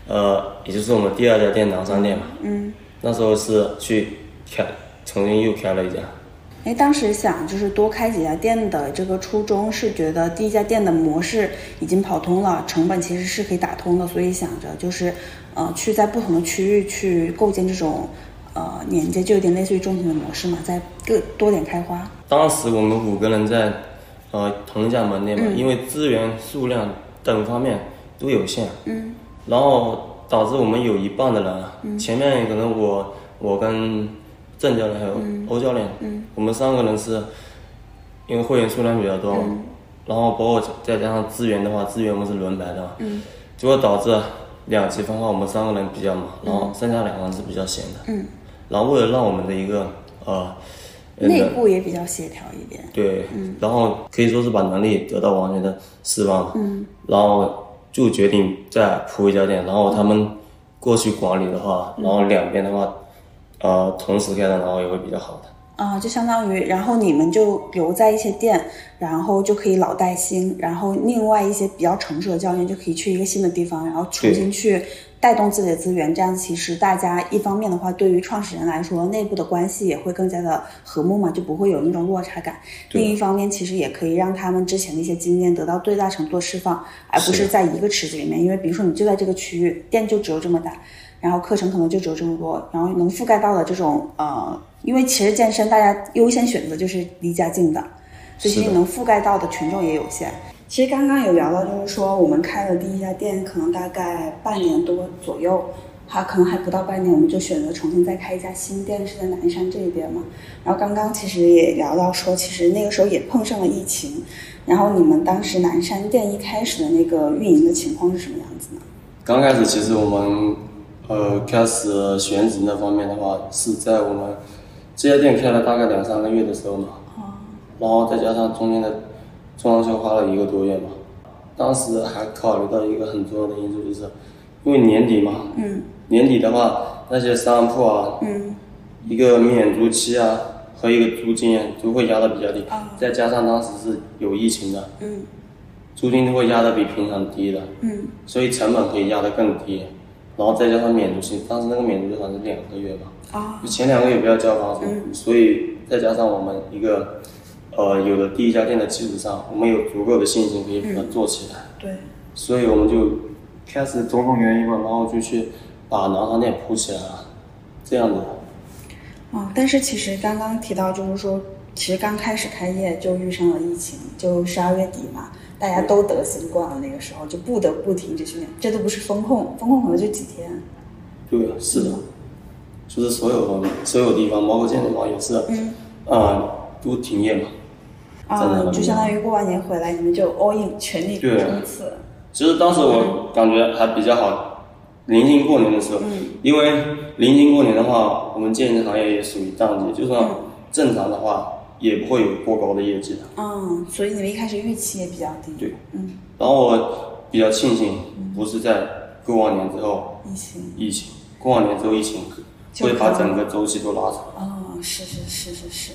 呃，也就是我们第二家店南山店嘛，嗯，那时候是去开，重新又开了一家，
哎，当时想就是多开几家店的这个初衷是觉得第一家店的模式已经跑通了，成本其实是可以打通的，所以想着就是，呃，去在不同的区域去构建这种，呃，连接，就有点类似于中庭的模式嘛，在各多点开花。
当时我们五个人在呃同一家门店嘛，因为资源、数量等方面都有限，嗯，然后导致我们有一半的人啊，前面可能我我跟郑教练还有欧教练，嗯，我们三个人是因为会员数量比较多，然后包括再加上资源的话，资源我们是轮白的，嗯，结果导致两极分化，我们三个人比较忙，然后剩下两个人是比较闲的，嗯，然后为了让我们的一个呃。呃
内部也比较协调一点。
对，然后可以说是把能力得到完全的释放了，然后就决定再铺一家店，然后他们过去管理的话，然后两边的话，呃，同时开展，然后也会比较好的。
啊、就相当于，然后你们就留在一些店，然后就可以老带新，然后另外一些比较成熟的教练就可以去一个新的地方，然后重新去带动自己的资源。这样其实大家一方面的话，对于创始人来说，内部的关系也会更加的和睦嘛，就不会有那种落差感。
对
另一方面，其实也可以让他们之前的一些经验得到最大程度的释放，而不是
是
在一个池子里面。因为比如说你就在这个区域，店就只有这么大，然后课程可能就只有这么多，然后能覆盖到的这种呃，因为其实健身大家优先选择就是离家近的，所以其
是
实
的
能覆盖到的群众也有限。其实刚刚有聊到，就是说我们开了第一家店，可能大概半年多左右，还可能还不到半年，我们就选择重新再开一家新店，是在南山这边嘛。然后刚刚其实也聊到说，其实那个时候也碰上了疫情，然后你们当时南山店一开始的那个运营的情况是什么样子呢？
刚开始其实我们呃开始选址那方面的话，是在我们这家店开了大概两三个月的时候嘛，
哦
然后再加上中间的装修花了一个多月嘛，当时还考虑到一个很重要的因素，就是因为年底嘛，
嗯
年底的话那些商铺啊，
嗯
一个免租期啊和一个租金啊都会压得比较低，
啊
再加上当时是有疫情的，
嗯
租金都会压得比平常低的，
嗯
所以成本可以压得更低，然后再加上免租期，当时那个免租期好像是两个月吧，
啊嗯
就前两个月不要交房租，所以再加上我们一个呃有了第一家店的基础上，我们有足够的信心可以把它做起来。
嗯对，
所以我们就开始种种原因吧，然后就去把南航店铺起来了，这样子。
啊、但是其实刚刚提到，就是说，其实刚开始开业就遇上了疫情，就十二月底嘛，大家都得新冠了，那个时候就不得不停止训练，这都不是风控，风控可能就几天。
对，是的，
嗯
就是所有方面所有地方，包括健身房也是，嗯，呃，都停业嘛。在那
啊、
个
就相当于过完年回来，你们就 all in 全力
对
冲刺。
其实当时
嗯
我感觉还比较好，临近过年的时候，
嗯
因为临近过年的话，我们健身行业也属于淡季，就算正常的话，也不会有过高的业绩的。
嗯，所以你们一开始预期也比较低。
对，
嗯，
然后我比较庆幸，不是在过完年之后
疫情。
疫情，过完年之后疫情
就
会把
可
整
能
个周期都拉长。
哦，是是是是是。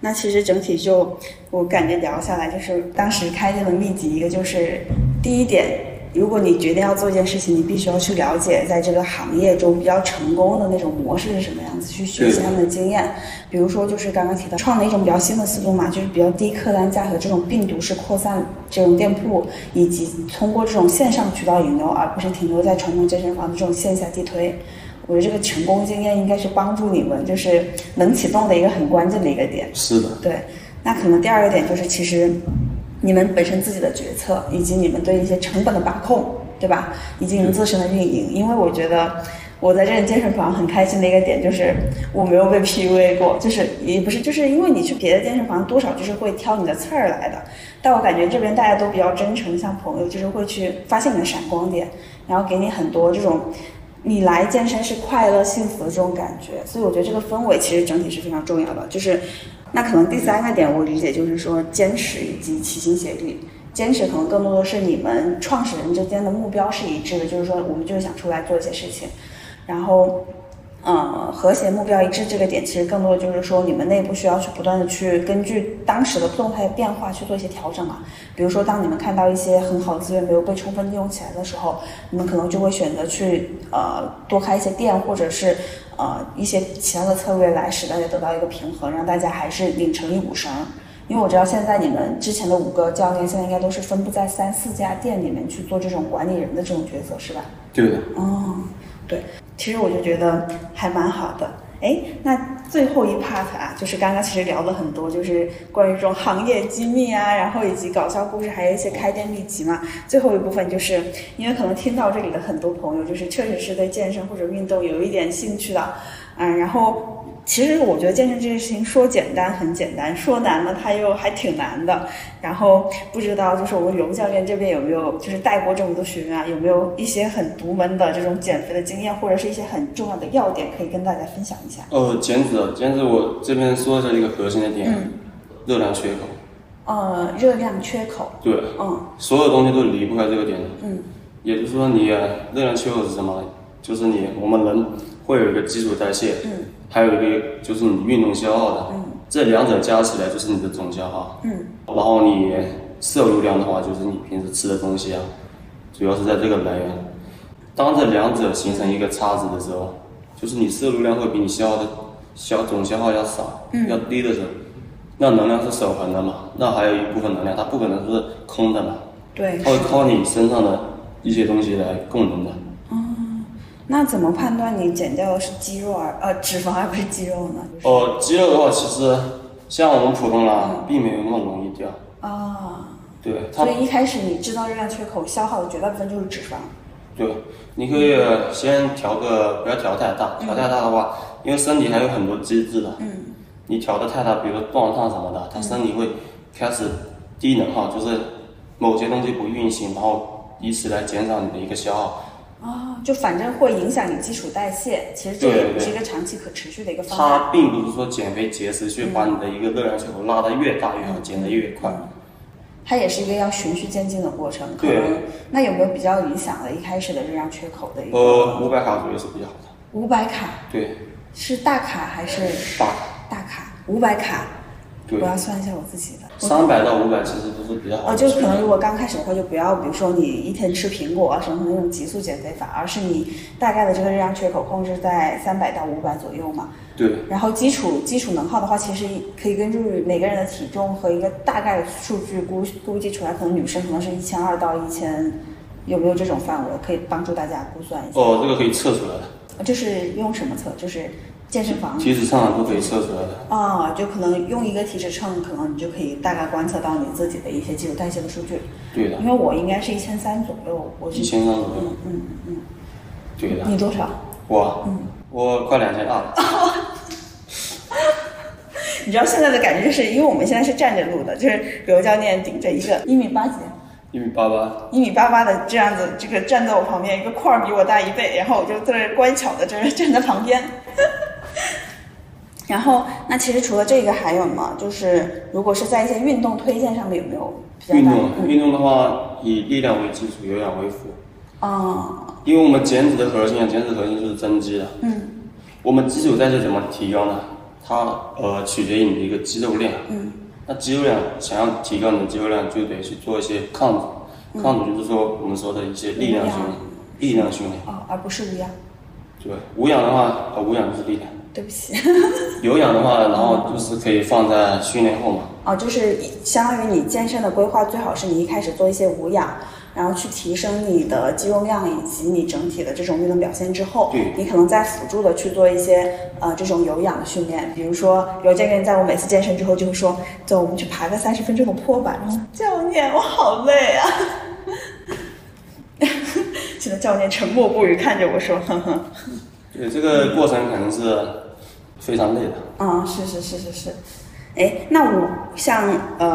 那其实整体就我感觉聊下来，就是当时开店的秘籍，一个就是第一点，如果你决定要做一件事情，你必须要去了解在这个行业中比较成功的那种模式是什么样子，去学习
对
他们的经验。比如说就是刚刚提到创了一种比较新的思路嘛，就是比较低客单价和这种病毒式扩散这种店铺，以及通过这种线上渠道引流，而不是停留在传统健身房的这种线下地推。我觉得这个成功经验应该是帮助你们就是能启动的一个很关键的一个点。
是的，
对，那可能第二个点就是，其实你们本身自己的决策，以及你们对一些成本的把控，对吧？以及你们自身的运营，因为我觉得。我在这里健身房很开心的一个点就是我没有被 PUA 过，就是也不是，就是因为你去别的健身房多少就是会挑你的刺儿来的，但我感觉这边大家都比较真诚，像朋友，就是会去发现你的闪光点，然后给你很多这种你来健身是快乐、幸福的这种感觉，所以我觉得这个氛围其实整体是非常重要的。就是，那可能第三个点我理解就是说坚持以及齐心协力。坚持可能更多的是你们创始人之间的目标是一致的，就是说我们就是想出来做一些事情，然后嗯，和谐目标一致这个点，其实更多的就是说，你们内部需要去不断的去根据当时的动态变化去做一些调整啊。比如说，当你们看到一些很好的资源没有被充分利用起来的时候，你们可能就会选择去呃多开一些店，或者是呃一些其他的策略来使大家得到一个平衡，让大家还是拧成一股绳儿。因为我知道现在你们之前的五个教练，现在应该都是分布在三四家店里面去做这种管理人的这种角色，是吧？
对的。
哦，对，其实我就觉得还蛮好的。哎，那最后一 part 啊，就是刚刚其实聊了很多，就是关于这种行业机密啊，然后以及搞笑故事，还有一些开店秘籍嘛。最后一部分就是，因为可能听到这里的很多朋友，就是确实是对健身或者运动有一点兴趣的，嗯，然后其实我觉得健身这件事情说简单很简单，说难呢它又还挺难的。然后不知道就是我们荣教练这边有没有就是带过这么多学员啊，有没有一些很独门的这种减肥的经验，或者是一些很重要的要点可以跟大家分享一下？
呃，减脂，减脂，我这边说一下一个核心的点，
嗯
热量缺口。
呃，热量缺口，
对，
嗯
所有东西都离不开这个点。
嗯，
也就是说你，呃热量缺口是什么？就是你我们人会有一个基础代谢，
嗯
还有一个就是你运动消耗的，
嗯
这两者加起来就是你的总消耗。
嗯
然后你摄入量的话，就是你平时吃的东西啊，主要是在这个来源。当这两者形成一个差值的时候，就是你摄入量会比你消耗的消总消耗要少，
嗯
要低的时候，那能量是守恒的嘛？那还有一部分能量，它不可能是空的嘛，
对，
它会靠你身上的一些东西来供能的。
那怎么判断你减掉的是肌肉而呃脂肪而不是肌肉呢？就是
哦，肌肉的话，其实像我们普通人啊，并没有那么容易掉，
啊。
对它
所以一开始你制造热量缺口消耗的绝大部分就是脂肪。
对，你可以先调个，不要调太大，调太大的话，因为身体还有很多机制的，
嗯
你调的太大，比如说断碳什么的，它身体会开始低能耗，就是某些东西不运行，然后以此来减少你的一个消耗。
啊、就反正会影响你基础代谢，其实这
对
个
对
也
对
是一个长期可持续的一个方案。
它并不是说减肥节食去把你的一个热量缺口拉得越大越好，减得越快。
嗯
它也是一个要循序渐进的过程。可
对
能那有没有比较理想的一开始的热量缺口的一个
呃，五百卡左右是比较好的。
五百卡
对，
是大卡还是
大卡
大卡？五百卡，
对
我要算一下我自己的。
三百到五百其实都是比较好
哦，
的
就
选择。
是可能如果刚开始的话，就不要，比如说你一天吃苹果啊什么那种急速减肥法，而是你大概的这个热量缺口控制在三百到五百左右嘛。
对，
然后基础基础能耗的话，其实可以根据每个人的体重和一个大概的数据估估计出来，可能女生可能是一千二到一千，有没有这种范围？可以帮助大家估算一下。
哦，这个可以测出来的，
就是用什么测？就是健身房。
体脂上来都可以测出来的。
啊、就可能用一个体脂秤，可能你就可以大概观测到你自己的一些基础代谢的数据。
对的
因，为我应该是一千三左右，我是
一千三左右
嗯。嗯嗯，
对的，
你多少？
我、我快两千二了。
啊你知道现在的感觉是，因为我们现在是站着录的，就是刘教练顶着一个一米八几、
一米八八，
一米八八的这样子，这个站在我旁边，一个块儿比我大一倍，然后我就在这乖巧的在这站在旁边。 然后，那其实除了这个还有吗？就是如果是在一些运动推荐上面有没有比较
运
大
动
嗯
运动的话，以力量为基础，有氧为辅。
啊，
因为我们减脂的核心啊，减脂核心就是增肌啊。
嗯。
我们基础代谢怎么提高呢？它呃取决于你的一个肌肉量。
嗯。
那肌肉量想要提高你的肌肉量，就得去做一些抗阻。抗阻就是说我们说的一些力量训练，力量训练。
啊，而不是无氧。
对，无氧的话，呃，无氧就是力量。
对不起。
有氧的话，然后就是可以放在训练后嘛。
啊，就是相当于你健身的规划，最好是你一开始做一些无氧，然后去提升你的肌肉量以及你整体的这种运动表现之后
对，
你可能再辅助的去做一些呃这种有氧的训练，比如说有教练在我每次健身之后就会说，走，我们去爬个三十分钟的坡吧，然后教练我好累啊。 现在教练沉默不语，看着我说：“哼哼。”
对，这个过程肯定是非常累的。
啊、是是是是是，哎，那我像呃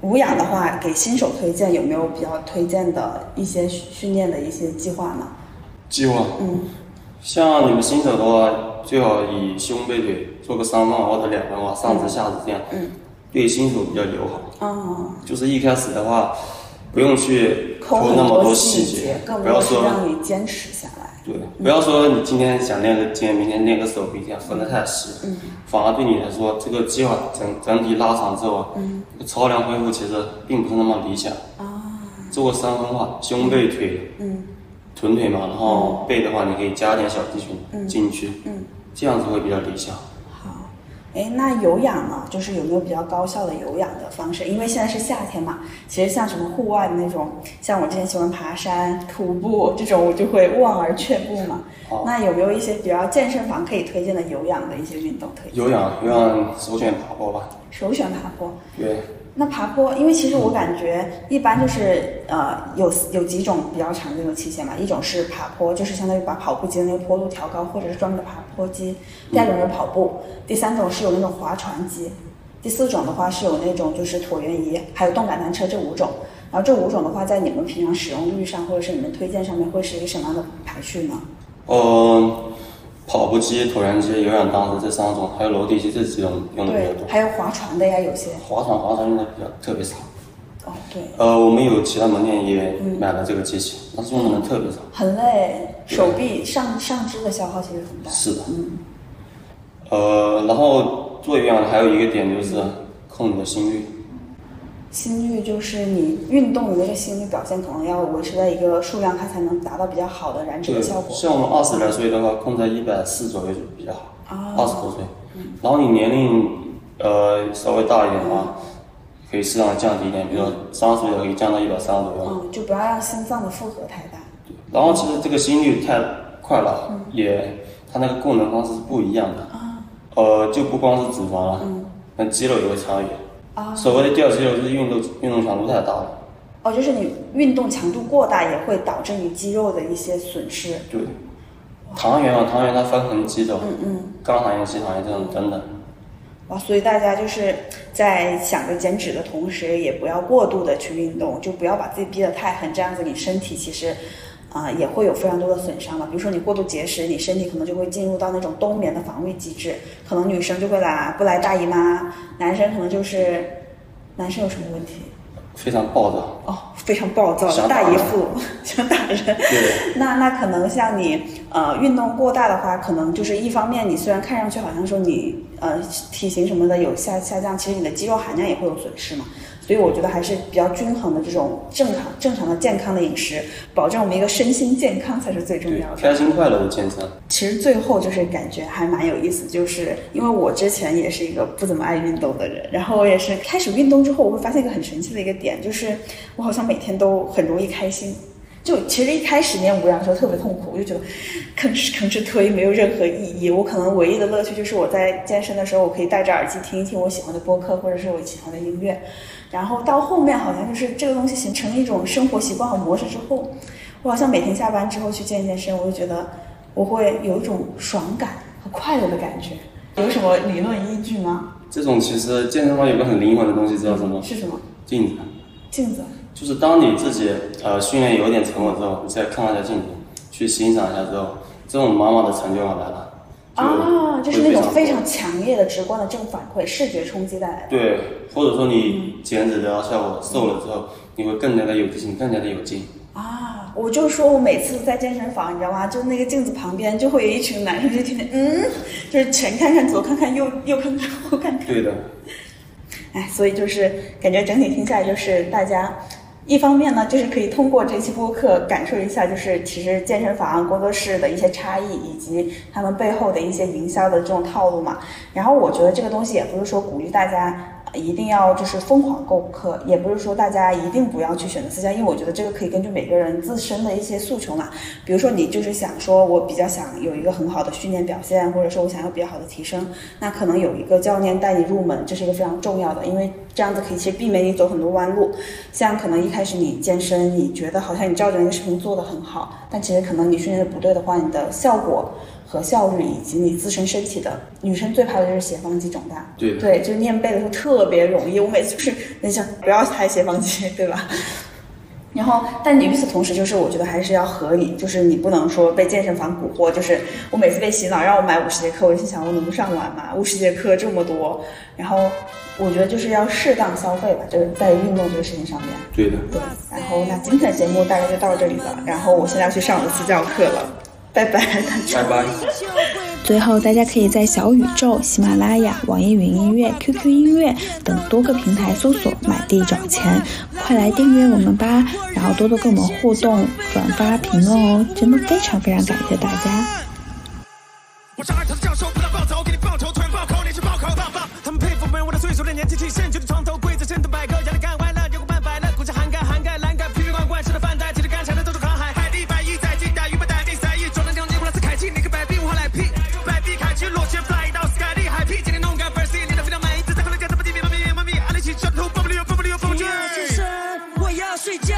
无氧的话，给新手推荐有没有比较推荐的一些训训练的一些计划呢？
计划。
嗯，
像你们新手的话，最好以胸背腿做个三万或者两万哇，上肢下肢这样，
嗯，
对新手比较友好。
哦，
就是一开始的话，不用去
抠
抠
很
那么
多
细
节
节，，
更
不
多
要
是
说
让你坚持下来。
对，不要说你今天想练个肩，明天练个手臂，这样分得太细，反而对你来说，这个计划整整体拉长之后啊，这个超量恢复其实并不是那么理想。做个三分化，胸背腿，臀腿嘛，然后背的话，你可以加点小肌群进去，这样子会比较理想。
好，哎，那有氧呢？就是有没有比较高效的有氧的方式？因为现在是夏天嘛，其实像什么户外的那种，像我之前喜欢爬山、徒步这种，我就会望而却步嘛。
哦
那有没有一些比较健身房可以推荐的有氧的一些运动推荐？
有氧，有氧首选爬坡吧，
首选爬坡。
对，
那爬坡，因为其实我感觉一般就是呃有有几种比较常见的器械嘛，一种是爬坡，就是相当于把跑步机的那个坡度调高，或者是专门的爬坡机；第二种是跑步，第三种是有那种划船机，第四种的话是有那种就是椭圆仪，还有动感单车这五种。然后这五种的话，在你们平常使用率上，或者是你们推荐上面，会是一个什么样的排序呢？
呃，跑步机、椭圆机、有氧单车这三种，还有楼梯机这几种用的比较
对
多，。
还有划船的呀，有些
划船划船用的比较特别少。
哦，对，
呃，我们有其他门店也
嗯
买了这个机器，但是用的人特别少。
很累，手臂上上肢的消耗其实很大。
是的。
嗯
呃，然后做有氧还有一个点就是控你的心率。
心率就是你运动的那个心率表现，可能要维持在一个数量，它才能达到比较好的燃脂
对
的效，果。
像我们二十来岁的话，控在一百四左右就比较好。
哦
二十多岁，
嗯
然后你年龄呃稍微大一点的话，可以适当地降低一点，比如说三十岁的可以降到一百三左右。
嗯，就不要让心脏的负荷太大。
然后其实这个心率太快了，
嗯
也它那个供能方式是不一样的。
啊
呃，就不光是脂肪了，
嗯
那肌肉也会超越。
啊
所谓的掉肌肉就是运动运动强度太大了。
哦，就是你运动强度过大，也会导致你肌肉的一些损失。
对，糖原啊嘛，糖原它分很几种，
嗯嗯，
肝糖原、肌糖原这种等等。
哇，所以大家就是在想着减脂的同时，也不要过度的去运动，就不要把自己逼得太狠，这样子你身体其实。啊、也会有非常多的损伤了。比如说你过度节食，你身体可能就会进入到那种冬眠的防御机制，可能女生就会来不来大姨妈，男生可能就是，男生有什么问题？
非常暴躁，
哦，非常暴躁
想
的
打
大
人
姨夫 想打人，
对，
那那可能像你呃运动过大的话，可能就是一方面你虽然看上去好像说你呃体型什么的有下下降，其实你的肌肉含量也会有损失嘛。所以我觉得还是比较均衡的这种正常正常的健康的饮食，保证我们一个身心健康才是最重
对
要，的。
开心快乐为健康。
其实最后就是感觉还蛮有意思，就是因为我之前也是一个不怎么爱运动的人，然后我也是开始运动之后，我会发现一个很神奇的一个点，就是我好像每天都很容易开心。就其实一开始练无氧的时候特别痛苦，我就觉得吭哧吭哧推没有任何意义。我可能唯一的乐趣就是我在健身的时候，我可以戴着耳机听一听我喜欢的播客或者是我喜欢的音乐。然后到后面好像就是这个东西形成了一种生活习惯和模式之后，我好像每天下班之后去健健身，我就觉得我会有一种爽感和快乐的感觉。有什么理论依据吗？
这种其实健身房有一个很灵魂的东西，知道什么？
是什么？
镜子。
镜子。
就是当你自己呃训练有一点成果之后，你再看一下镜子，去欣赏一下之后，这种满满的成就感来了。
啊，就是
会
那种非
多
常强烈的直观的正反馈，视觉冲击带来的。
对，或者说
嗯
你减脂得到效果，瘦了之后，你会更加的有自信，更加的有劲。
啊，我就说我每次在健身房，你知道吗？就那个镜子旁边就会有一群男生，就天天嗯，就是全看看左看看右右看看后看看，
对的，
哎，所以就是感觉整体听下来，就是大家一方面呢，就是可以通过这期播客感受一下，就是其实健身房、工作室的一些差异，以及他们背后的一些营销的这种套路嘛。然后我觉得这个东西也不是说鼓励大家。呃一定要就是疯狂购课，也不是说大家一定不要去选择私教，因为我觉得这个可以根据每个人自身的一些诉求嘛。比如说你就是想说，我比较想有一个很好的训练表现，或者说我想要比较好的提升，那可能有一个教练带你入门，这是一个非常重要的，因为这样子可以其实避免你走很多弯路。像可能一开始你健身，你觉得好像你照着那个视频做的很好，但其实可能你训练的不对的话，你的效果和效率以及你自身身体的，女生最怕的就是斜方肌肿大。
对的
对，就是练背的时候特别容易，我每次就是你想不要抬斜方肌，对吧？然后，但你与此同时，就是我觉得还是要合理，就是你不能说被健身房蛊惑。就是我每次被洗脑让我买五十节课，我就心想我能上完吗？五十节课这么多，然后我觉得就是要适当消费吧，就是在运动这个事情上面。
对的。
对，然后那今天的节目大概就到这里了，然后我现在要去上我的私教课了，拜拜大家。
拜拜。
最后，大家可以在小宇宙、喜马拉雅、网易云音乐、QQ 音乐等多个平台搜索“买地找钱”，快来订阅我们吧！然后多多跟我们互动、转发、评论哦，真的非常非常感谢大家。
我是二头的教授，不但暴走，给你报仇，突然爆口，你是暴口暴暴。他们佩服没我的岁数的年纪，气盛举的床头柜子，身头百个，压力干歪了，有个半百了，股价涵盖涵盖栏杆，瓶瓶罐罐吃的饭袋，其实干啥的都是航海。海地百亿载进大鱼把大地塞一，转了两年我来自凯基，你个摆臂我还来屁，摆臂凯基落选 fly 到 sky 的海屁，今天弄个 v e r s 你的非常满意，再再回来讲怎么地，别别别别别别，安利起小偷，不不溜不不溜不不
要起身，我要睡觉，